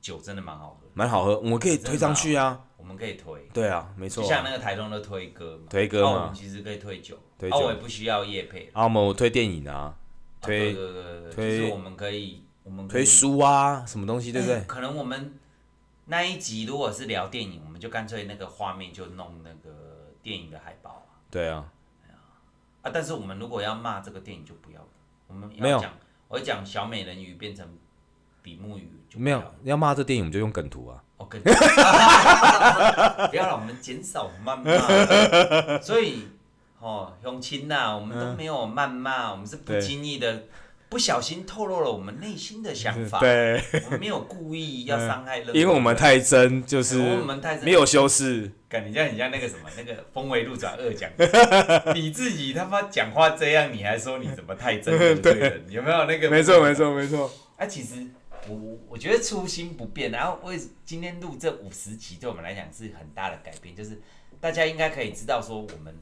S2: 酒真的蛮好喝的，
S1: 蛮好喝，我们可以推上去啊。
S2: 我们可以推。
S1: 对啊，没
S2: 就
S1: 错、啊。
S2: 像那个台东的推歌嘛，
S1: 推歌嘛
S2: 啊我们其实可以推酒，
S1: 推
S2: 啊，
S1: 酒
S2: 我也不需要夜配，
S1: 啊，我们有推电影啊，
S2: 啊对
S1: 推、
S2: 对对对
S1: 推
S2: 对，就是我们可以，我们可以
S1: 推，书啊，什么东西，对不对？
S2: 哎可能我们那一集如果是聊电影，我们就干脆那个画面就弄那个电影的海报啊，
S1: 对啊，
S2: 啊，但是我们如果要骂这个电影就不要了，我们
S1: 没有
S2: 要讲，我要讲小美人鱼变成比目鱼就不
S1: 没有
S2: 要了
S1: 要骂这电影，我们就用梗图啊。
S2: 哦， 更不要了，我们减少谩骂。所以，哦，永清呐、我们都没有谩骂，我们是不
S1: 对
S2: 经意的、不小心透露了我们内心的想法。
S1: 对，
S2: 我们没有故意要伤害任何人，
S1: 因为我们太真，就
S2: 因为
S1: 是
S2: 哎我们太
S1: 没有修饰。
S2: 感你像你像那个什么那个峰回路转二讲， 你自己他妈讲话这样，你还说你怎么太真了对人，有没有那个？
S1: 没错，没。错，没错。
S2: 啊，其实我我我觉得初心不变，然后为今天录这五十集，对我们来讲是很大的改变，就是大家应该可以知道说我们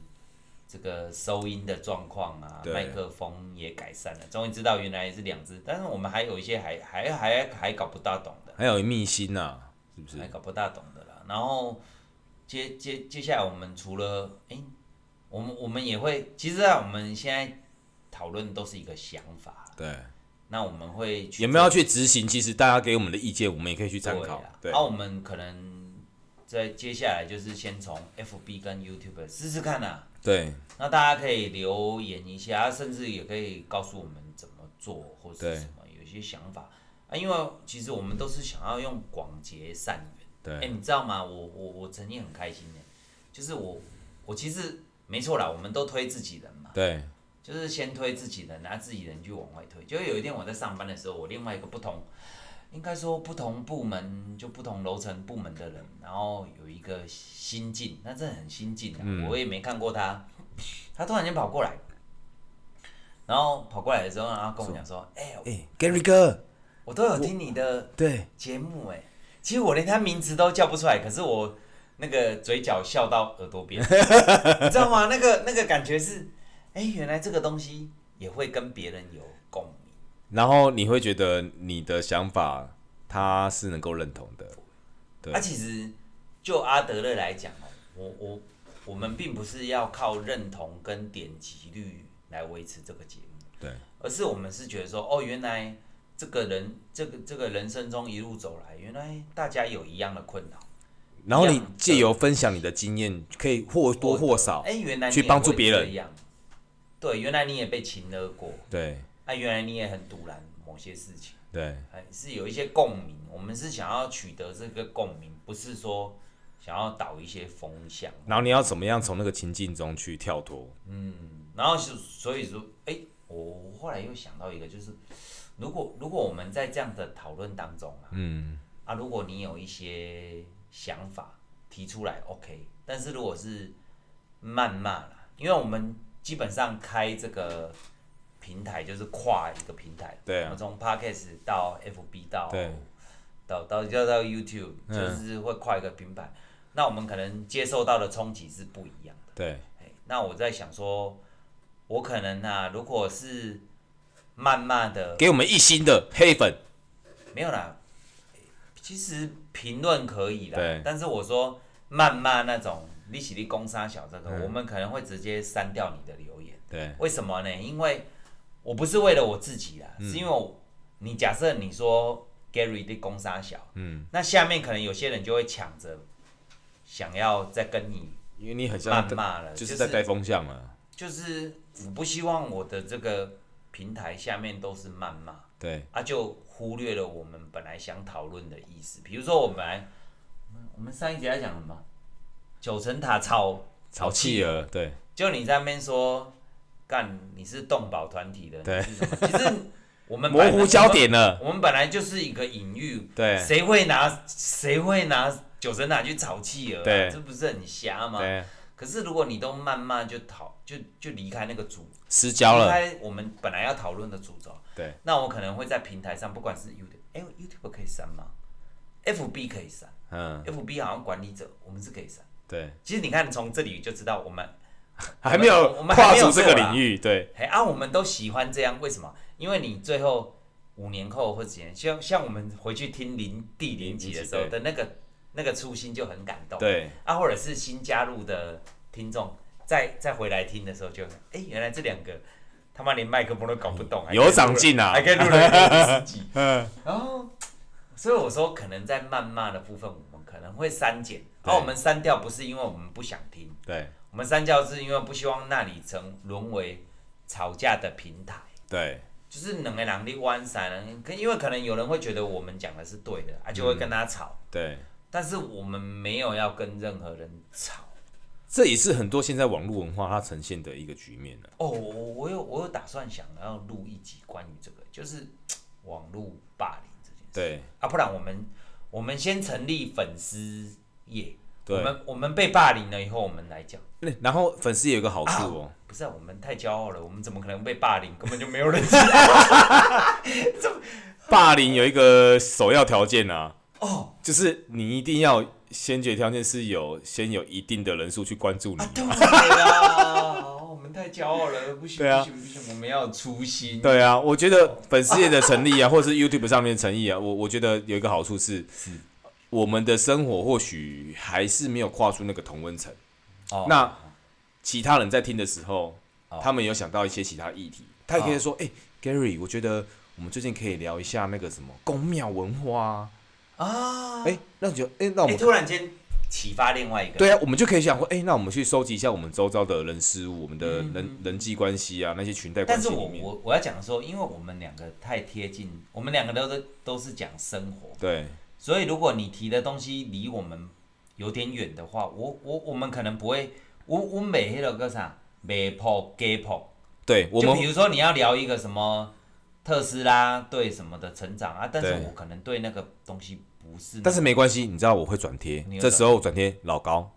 S2: 这个收音的状况啊，
S1: 对
S2: 麦克风也改善了，终于知道原来是两只，但是我们还有一些还还还还搞不大懂的，
S1: 还有密心呐、啊，是不是
S2: 还？搞不大懂的啦。然后接接接下来我们除了哎、我们我们也会，其实啊，我们现在讨论都是一个想法，
S1: 对，
S2: 那我们会去
S1: 有没有要去执行？其实大家给我们的意见，我们也可以去参
S2: 对
S1: 考
S2: 啦。
S1: 对
S2: 啊，，我们可能在接下来就是先从 FB 跟 YouTube 试试看啦、
S1: 对，
S2: 那大家可以留言一下，啊甚至也可以告诉我们怎么做或
S1: 对
S2: 是什么，有一些想法啊。因为其实我们都是想要用广结善缘。哎、
S1: 对，
S2: 你知道吗？我我我曾经很开心的，就是我我其实没错啦，我们都推自己人嘛，
S1: 对，
S2: 就是先推自己人，拿自己人去往外推。就有一天我在上班的时候，我另外一个不同，应该说不同部门就不同楼层部门的人，然后有一个新进，那真的很新进啊，我也没看过他，他突然间跑过来，然后跑过来的时候，然后跟我讲说：“哎、
S1: 哎，Gary 哥，
S2: 我都有听你的
S1: 对，
S2: 节目哎、其实我连他名字都叫不出来，可是我那个嘴角笑到耳 朵边，你知道吗？那个那个感觉是，哎、原来这个东西也会跟别人有共鸣。
S1: 然后你会觉得你的想法他是能够认同的，对
S2: 那、啊其实就阿德勒来讲哦，我我我们并不是要靠认同跟点击率来维持这个节目，
S1: 对，
S2: 而是我们是觉得说，哦，原来这个人这个这个人生中一路走来，原来大家有一样的困扰。
S1: 然后
S2: 一
S1: 你
S2: 样
S1: 借由分享你的经验，可以或多或少，
S2: 哎、原来你
S1: 去
S2: 也
S1: 帮助
S2: 会
S1: 别
S2: 这
S1: 人
S2: 样对，原来你也被情勒过，
S1: 对
S2: 啊，原来你也很堵拦某些事情，
S1: 对
S2: 哎，是有一些共鸣。我们是想要取得这个共鸣，不是说想要导一些风向。
S1: 然后你要怎么样从那个情境中去跳脱？
S2: 然后是所以说，哎、我后来又想到一个，就是如果如果我们在这样的讨论当中啊，
S1: 嗯，
S2: 啊，如果你有一些想法提出来，OK，但是如果是谩骂啦，因为我们基本上开这个平台就是跨一个平台，
S1: 对啊
S2: 我们从 Podcast 到 FB 到
S1: 对
S2: 到到要到 YouTube，
S1: 嗯
S2: 就是会跨一个平台，那我们可能接受到的冲击是不一样的。
S1: 对
S2: 哎那我在想说，我可能啊，如果是谩骂的，
S1: 给我们一星的黑粉，
S2: 没有啦，其实评论可以
S1: 对
S2: 啦，但是我说谩骂那种利息利攻杀小这
S1: 嗯
S2: 个，我们可能会直接删掉你的留言。
S1: 对
S2: 为什么呢？因为我不是为了我自己啦，是
S1: 嗯
S2: 因为我你假设你说 Gary 的攻杀小，
S1: 嗯，
S2: 那下面可能有些人就会抢着想要再跟你
S1: 因为你很像
S2: 谩骂了，
S1: 就是在带风向了，
S2: 就是我不希望我的这个平台下面都是谩骂。
S1: 对
S2: 啊，就忽略了我们本来想讨论的意思。比如说，我们本来我们我们上一节在讲什么？九层塔炒
S1: 潮气儿，对
S2: 就你在那边说，干你是动保团体的，
S1: 对
S2: 你是什么，其实 我们
S1: 模
S2: 本来
S1: 糊焦点了。
S2: 我们，我们本来就是一个隐喻，
S1: 对
S2: 谁会拿谁会拿九神塔去炒企鹅、啊？
S1: 对
S2: 这不是很瞎吗？
S1: 对，
S2: 可是如果你都谩骂就讨就就离开那个主，
S1: 失焦
S2: 离
S1: 了。
S2: 开我们本来要讨论的主轴，
S1: 对，
S2: 那我可能会在平台上，不管是 YouTube，哎、y o u t u b e 可以删吗？FB 可以删
S1: 嗯，
S2: ，FB 好像管理者我们是可以删。
S1: 对，
S2: 其实你看从这里就知道我们
S1: 还没有
S2: 我们还
S1: 跨
S2: 没有
S1: 出这个
S2: 做啦
S1: 领域。对，
S2: 哎啊，我们都喜欢这样，为什么？因为你最后五年后或几年，像像我们回去听零第零集的时候
S1: 零
S2: 的那个那个初心就很感动，
S1: 对，
S2: 啊，或者是新加入的听众再再回来听的时候就，哎，原来这两个他妈连麦克风都搞不懂，还可以
S1: 有
S2: 录了
S1: 长进啊
S2: 还可以录了十集，
S1: 嗯，
S2: 然后，所以我说可能在谩骂的部分，我们可能会删减，
S1: 对
S2: 而、我们删掉不是因为我们不想听，
S1: 对，
S2: 我们删掉是因为不希望那里成沦为吵架的平台。
S1: 对，
S2: 就是两个人你弯三人，可因为可能有人会觉得我们讲的是对的，啊
S1: 嗯
S2: 就会跟他吵，
S1: 对，
S2: 但是我们没有要跟任何人吵。
S1: 这也是很多现在网络文化它呈现的一个局面了。
S2: 哦，我我我有我有打算想要录一集关于这个，就是网络霸凌这件事
S1: 对，
S2: 啊，不然我们我们先成立粉丝业，
S1: 对
S2: 我们我们被霸凌了以后，我们来讲，
S1: 那然后粉丝也有一个好处哦，
S2: 不是、啊、我们太骄傲了，我们怎么可能被霸凌？根本就没有 人知道
S1: 霸凌有一个首要条件啊，
S2: 哦
S1: 就是你一定要先决条件是有先有一定的人数去关注你
S2: 啊，，对啊，我们太骄傲了，不行、
S1: 对啊
S2: 不行不行，我们要有初心，
S1: 对啊，我觉
S2: 哦
S1: 得粉丝业的成立啊，或者是 YouTube 上面的成立啊，我我觉得有一个好处是，我们的生活或许还是没有跨出那个同温层。
S2: 哦
S1: 那其他人在听的时候，
S2: 哦
S1: 他们有想到一些其他议题，他也可以说：“哎、g a r y 我觉得我们最近可以聊一下那个什么宫庙文化啊。
S2: 啊，
S1: 哎、那我觉得，哎、那我
S2: 哎
S1: 们、
S2: 突然间启发另外一个，
S1: 对啊，我们就可以想说，哎、那我们去收集一下我们周遭的人事物，我们的
S2: 嗯
S1: 人、人际关系啊，那些裙带关
S2: 但
S1: 系
S2: 是
S1: 里
S2: 我
S1: 面，
S2: 我我要讲说，因为我们两个太贴近，我们两个都是都是讲生活，
S1: 对
S2: 所以如果你提的东西离我们有点远的话，我我我们可能不会，我我每迄个个啥，每破给破，
S1: 对，我
S2: 就
S1: 们
S2: 比如说你要聊一个什么特斯拉对什么的成长啊，但是
S1: 对
S2: 我可能对那个东西不是那，
S1: 但是没关系，你知道我会转贴
S2: 你，有哦
S1: 这
S2: 转
S1: 时候转贴老高，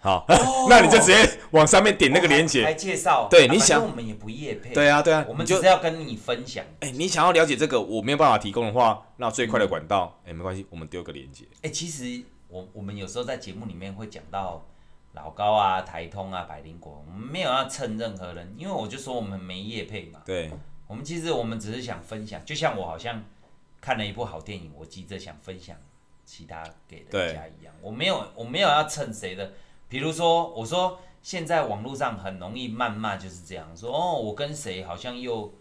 S1: 好， 那你就直接往上面点那个链
S2: 还还
S1: 接。
S2: 介绍，
S1: 对
S2: 啊
S1: 你
S2: 反正
S1: 想
S2: 我们也不业配，
S1: 对啊，对啊，
S2: 哎我们
S1: 你
S2: 只
S1: 就是
S2: 要跟你分享。
S1: 哎、你想要了解这个，我没有办法提供的话，那最快的管道，哎、没关系，我们丢个链接。
S2: 哎、其实我我们有时候在节目里面会讲到老高啊、台通啊、百灵果，我们没有要蹭任何人，因为我就说我们没业配嘛。
S1: 对，
S2: 我们其实我们只是想分享，就像我好像看了一部好电影，我急着想分享其他给人家一样，我没有我没有要蹭谁的。比如说，我说现在网络上很容易谩骂就是这样，说哦，我跟谁好像又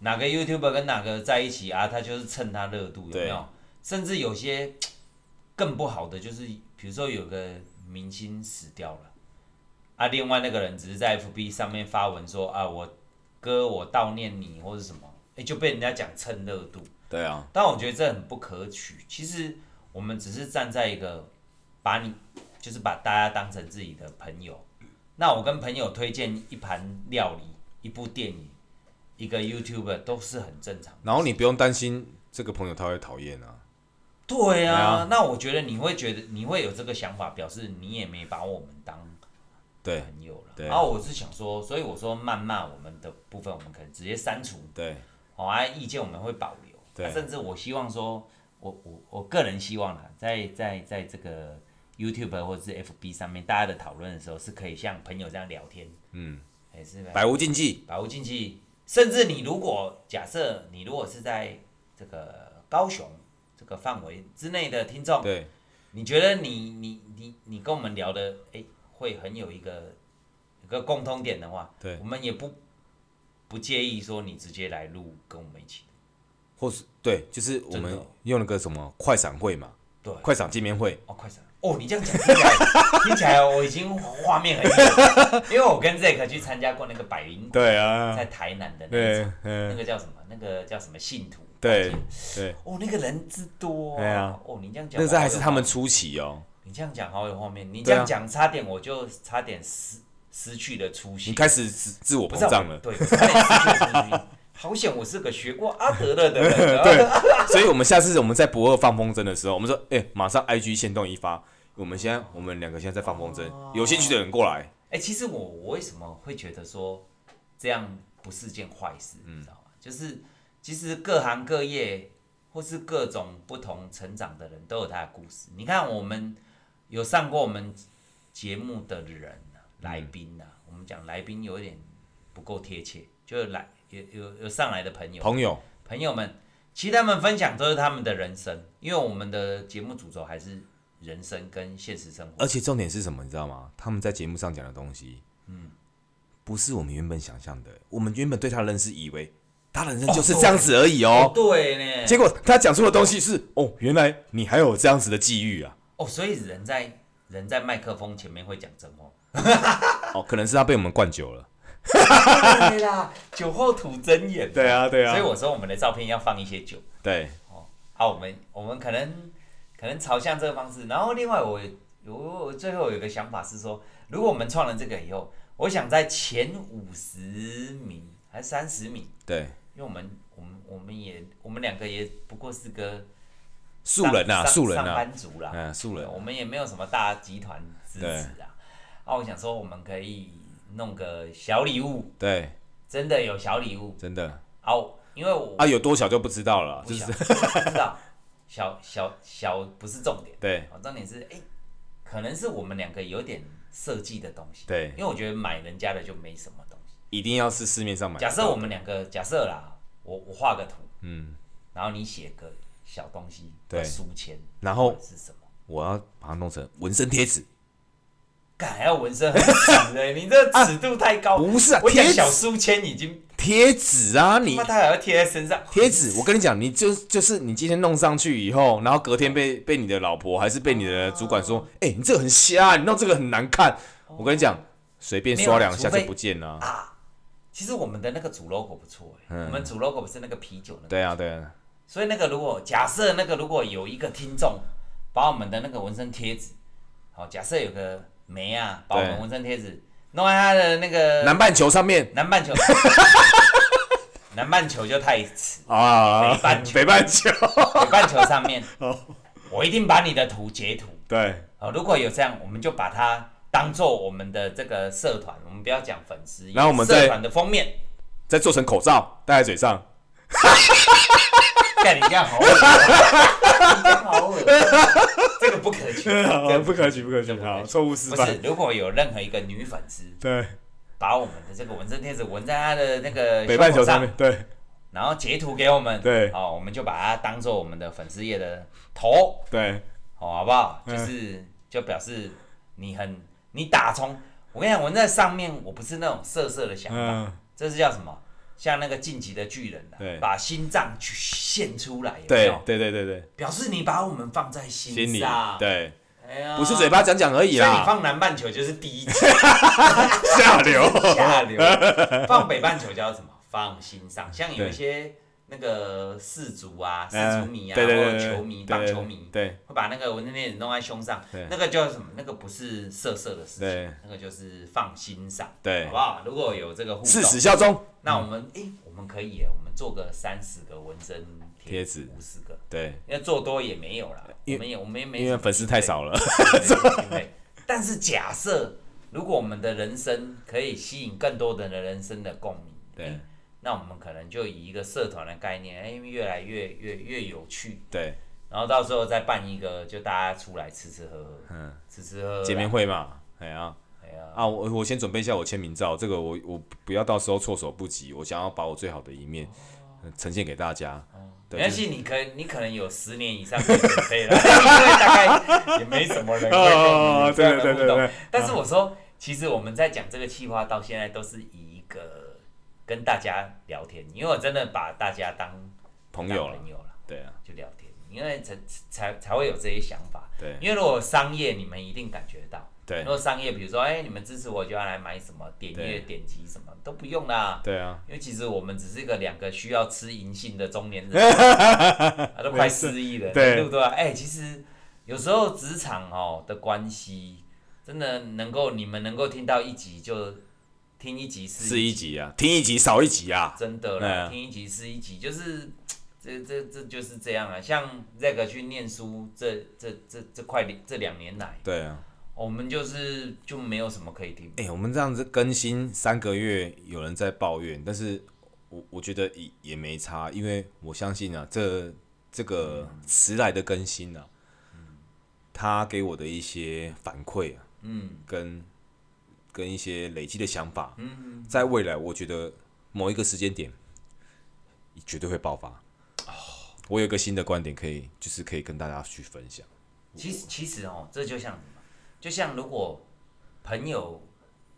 S2: 哪个 YouTuber 跟哪个在一起啊，他就是蹭他热度，有
S1: 对
S2: 没有？甚至有些嘖更不好的就是，比如说有个明星死掉了。啊，另外那个人只是在 FB 上面发文说啊，我哥，我悼念你或是什么，哎、就被人家讲蹭热度。
S1: 对啊，
S2: 但我觉得这很不可取。其实我们只是站在一个把你，就是把大家当成自己的朋友。那我跟朋友推荐一盘料理、一部电影、一个 YouTuber 都是很正常的。
S1: 然后你不用担心这个朋友他会讨厌啊。
S2: 对
S1: 对
S2: 啊
S1: 啊，
S2: 那我觉得你会觉得你会有这个想法，表示你也没把我们当
S1: 对
S2: 朋友了。
S1: 对
S2: 然后我是想说，所以我说谩骂我们的部分，我们可能直接删除。
S1: 对
S2: 好、啊，意见我们会保留，
S1: 对
S2: 啊甚至我希望说，我我我个人希望啦，在在在这个 YouTube 或者是 FB 上面，大家的讨论的时候，是可以像朋友这样聊天，
S1: 嗯，
S2: 还是吧
S1: 百无禁忌。
S2: 百无禁忌。甚至你如果假设你如果是在这个高雄这个范围之内的听众，
S1: 对
S2: 你觉得你你你你跟我们聊的，哎、会很有一个一个共通点的话，
S1: 对
S2: 我，们也不不介意说你直接来录跟我们一起，
S1: 或是对，就是我
S2: 真
S1: 们
S2: 的哦
S1: 用那个什么快闪会嘛，
S2: 对。
S1: 快闪见面会。
S2: 哦，快闪！哦，你这样讲听起来，听起来我已经画面很远了，因为我跟 Zack 去参加过那个百灵果
S1: 对啊
S2: 在，台南的那一
S1: 对
S2: 场，，那
S1: 嗯，
S2: 个叫什么？那个叫什么信徒？
S1: 对对，
S2: 哦，那个人之多、
S1: 对啊
S2: 哦，你这样讲，
S1: 那时候还是他们。初期哦。
S2: 你这样讲好有画面，你这
S1: 对啊
S2: 样讲差点我就差点失失去了初
S1: 你
S2: 心。
S1: 开始自自我
S2: 不
S1: 膨
S2: 是啊
S1: 胀了
S2: 我，对，我差点失去了初心。好险，我是个学过阿德勒 的人。对，
S1: 所以我们下次我们在博二放风筝的时候，我们说，哎、马上 IG 限动一发，我们现在我们两个现在在放风筝，有兴趣的人过来。
S2: 哎、其实我我为什么会觉得说这样不是件坏事，你知道吗？就是其实各行各业或是各种不同成长的人都有他的故事。你看，我们有上过我们节目的人、啊、来宾啊，我们讲来宾有一点不够贴切，就是来有有有上来的朋友
S1: 朋友，
S2: 朋友们，其实他们分享都是他们的人生，因为我们的节目主轴还是人生跟现实生活。
S1: 而且重点是什么，你知道吗？他们在节目上讲的东西，嗯，不是我们原本想象的。我们原本对他的认识，以为他的人生就是这样子而已哦。
S2: 对呢，
S1: 结果他讲出的东西是，哦，原来你还有这样子的际遇啊！
S2: 哦，所以人在人在麦克风前面会讲真 话。
S1: 哦，可能是他被我们灌酒了。
S2: 对啦，酒后吐真言。
S1: 对啊，对
S2: 所以我说我们的照片要放一些酒
S1: 对，
S2: 啊，我们我们可能可能朝向这个方式。然后另外我我我最后有一个想法是说，如果我们创了这个以后，我想在前五十名还是三十名，
S1: 对，
S2: 因为我们我们我们也我们两个也不过是个
S1: 素人呐、
S2: 上上
S1: 素人
S2: 上
S1: 呐、
S2: 班族啦，哦
S1: 嗯，素人
S2: 对，我们也没有什么大集团支
S1: 对
S2: 持啊。啊，我想说我们可以弄个小礼物，
S1: 对，
S2: 真的有小礼物
S1: 真的
S2: 啊，我因为我
S1: 啊，有多小就不知道了，
S2: 不
S1: 就是
S2: 小， 不知道小小小不是重点，
S1: 对
S2: 啊，重点是哎、可能是我们两个有点设计的东西，
S1: 对
S2: 因为我觉得买人家的就没什么东西。
S1: 一定要是市面上买得
S2: 假
S1: 到的。
S2: 设我们两个，假设啦，我我画个图，
S1: 嗯，
S2: 然后你写个小东西，
S1: 对哦
S2: 书签，
S1: 然后
S2: 或者是什么？
S1: 我要把它弄成纹身贴纸，
S2: 干还要纹身很 死哎、你这尺度太高。
S1: 不是啊，
S2: 哦我讲
S1: 贴纸
S2: 小书签已经，
S1: 贴纸啊，
S2: 他
S1: 你
S2: 妈他还要贴在身上，
S1: 贴纸，我跟你讲，你就就是你今天弄上去以后，然后隔天被被你的老婆还是被你的主管
S2: 哦
S1: 说，哎、你这个很瞎啊，你弄这个很难看。我跟你讲，随便刷两下
S2: 没有除非
S1: 就不见了啊。
S2: 其实我们的那个主 logo 不错哎、
S1: 嗯
S2: 我们主 logo 不是那个啤酒那个，
S1: 对啊，对啊，
S2: 所以那个如果假设那个如果有一个听众把我们的那个纹身贴纸，好，假设有个梅啊把我们
S1: 对
S2: 纹身贴纸弄在他的那个
S1: 南半球上面
S2: 南半球，南半球就太迟，
S1: 啊
S2: 北半，球
S1: 北半球，
S2: 北半球上面，我一定把你的图截图，
S1: 对
S2: 好，如果有这样，我们就把它当做我们的这个社团，我们不要讲粉丝，
S1: 然后我们
S2: 社
S1: 再
S2: 团的封面，
S1: 再做成口罩戴在嘴 上，
S2: 干你这样好恶心，你这样好恶心，这个不 可取，这个
S1: 不可取，不可取，
S2: 这不可取
S1: 好，错误示
S2: 不
S1: 范
S2: 是，，如果有任何一个女粉丝
S1: 对，
S2: 把我们的这个纹身贴纸纹在她的那个
S1: 北半球
S2: 胸口
S1: 上
S2: 上
S1: 面，，对
S2: 然后截图给我们，
S1: 对
S2: 哦，我们就把它当做我们的粉丝页的头，
S1: 对，
S2: 哦，好不好？就
S1: 嗯
S2: 是、就表示你很你打从我跟你讲，我在上面我不是那种色色的想法，
S1: 嗯，
S2: 这是叫什么？像那个晋级的巨人、啊
S1: 对、
S2: 把心脏去献出来，有没
S1: 对
S2: 有？
S1: 对对对对，
S2: 表示你把我们放在心
S1: 心里
S2: 上，，
S1: 对，
S2: 哎呀，
S1: 不是嘴巴讲讲而已
S2: 所以你
S1: 啦，
S2: 放南半球就是第一级
S1: 下流，
S2: 下 流，放北半球叫什么？放心上。像有一些那个氏族啊、氏族迷
S1: 嗯
S2: 啊，
S1: 呃对对
S2: 或
S1: 对
S2: 者
S1: 对，
S2: 球
S1: 对
S2: 迷、棒
S1: 对
S2: 球迷，
S1: 对
S2: 会把那个纹身贴纸弄在胸上
S1: 对，
S2: 那个叫什么？那个不是色色的事
S1: 对
S2: 情，那个就是放心上，
S1: 对
S2: 好不好？如果有这个互
S1: 誓
S2: 动，
S1: 死效忠，
S2: 那我们诶、我们可以耶，我们做个三十个纹身
S1: 贴纸
S2: 五十个，
S1: 对，
S2: 因为做多也没有啦，我
S1: 因
S2: 们也我们也没
S1: 因为粉丝太少 了，
S2: 了。对，但是假设如果我们的人生可以吸引更多的人的人生的共鸣，
S1: 对
S2: 诶那我们可能就以一个社团的概念，哎、越来越越越有趣，
S1: 对，
S2: 然后到时候再办一个，就大家出来吃吃喝喝，嗯，吃吃喝喝啦
S1: 见面，会嘛，哎呀
S2: 哎呀，
S1: 啊，我我先准备一下我签名照，这个我我不要到时候措手不及，我想要把我最好的一面呃呈现给大家，
S2: 没
S1: 对，
S2: 关
S1: 哦就是
S2: 系，你可你可能有十年以上的准备 了，因为大概也没什么人会跟我们这样
S1: 哦对
S2: 的互
S1: 对对
S2: 动
S1: 对。
S2: 但是我说，其实我们在讲这个计划到现在都是以一个跟大家聊天，因为我真的把大家当
S1: 朋友
S2: 当
S1: 了
S2: 朋，友了，
S1: 对啊，
S2: 就聊天，因为才才才会有这些想法。
S1: 对
S2: 因为如果商业，你们一定感觉到。
S1: 对啊
S2: 如果商业，比如说，哎、你们支持我就要来买什么，点阅
S1: 对
S2: 点击什么都不用啦。
S1: 对啊，
S2: 因为其实我们只是一个两个需要吃银杏的中年 人，啊，都快失忆了，
S1: 对
S2: 对不对？哎、其实有时候职场哦的关系，这真的能够你们能够听到一集就听一集是
S1: 是一集啊，听一集少一集啊，
S2: 真的
S1: 哎
S2: 啦，
S1: 呀
S2: 听一集是一集，就是这这这就是这样啊。像 Zack 去念书，这这这这快两这两年来，
S1: 对啊，
S2: 我们就是就没有什么可以听。
S1: 哎、我们这样子更新三个月，有人在抱怨，但是我我觉得也也没差，因为我相信啊，这这个迟来的更新啊，他给我的一些反馈啊，
S2: 嗯，
S1: 跟跟一些累积的想法，在未来我觉得某一个时间点绝对会爆发。
S2: 哦
S1: 我有一个新的观点，可以就是可以跟大家去分享。
S2: 其实其实哦，这就像什么？就像如果朋友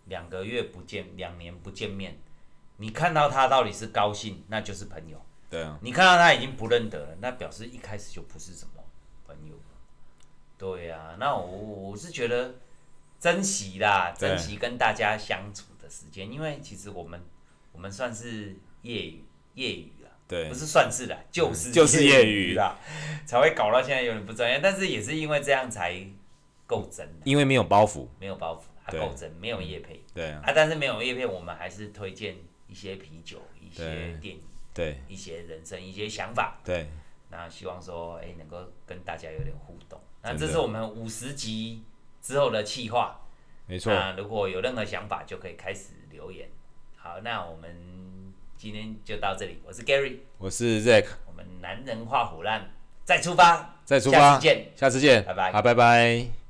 S2: 两个月不见，两年不见面，你看到他到底是高兴，那就是朋友；
S1: 对啊，
S2: 你看到他已经不认得了，那表示一开始就不是什么朋友。对呀、那我我是觉得珍惜啦，
S1: 对
S2: 珍惜跟大家相处的时间，因为其实我们我们算是业余业余啦，
S1: 对嗯
S2: 不，是算是啦，就是
S1: 就是业余
S2: 啦，才会搞到现在有点不专业，但是也是因为这样才够真的，
S1: 因为没有包袱。
S2: 没有包袱，还
S1: 对
S2: 够真，没有叶配
S1: 对啊，
S2: 啊，但是没有叶配，我们还是推荐一些啤酒、一些
S1: 对
S2: 电影、
S1: 对
S2: 一些人生、一些想法，
S1: 对
S2: 那希望说，哎、能够跟大家有点互动。那
S1: 真
S2: 这
S1: 的
S2: 是我们五十集之后的企划，
S1: 没错。
S2: 那如果有任何想法，就可以开始留言。好，那我们今天就到这里，我是 Gary。
S1: 我是 Zack，
S2: 我们男人画虎烂，再出发，
S1: 再出
S2: 下
S1: 发，
S2: 次见，
S1: 下次见，
S2: 拜拜
S1: 好，拜拜。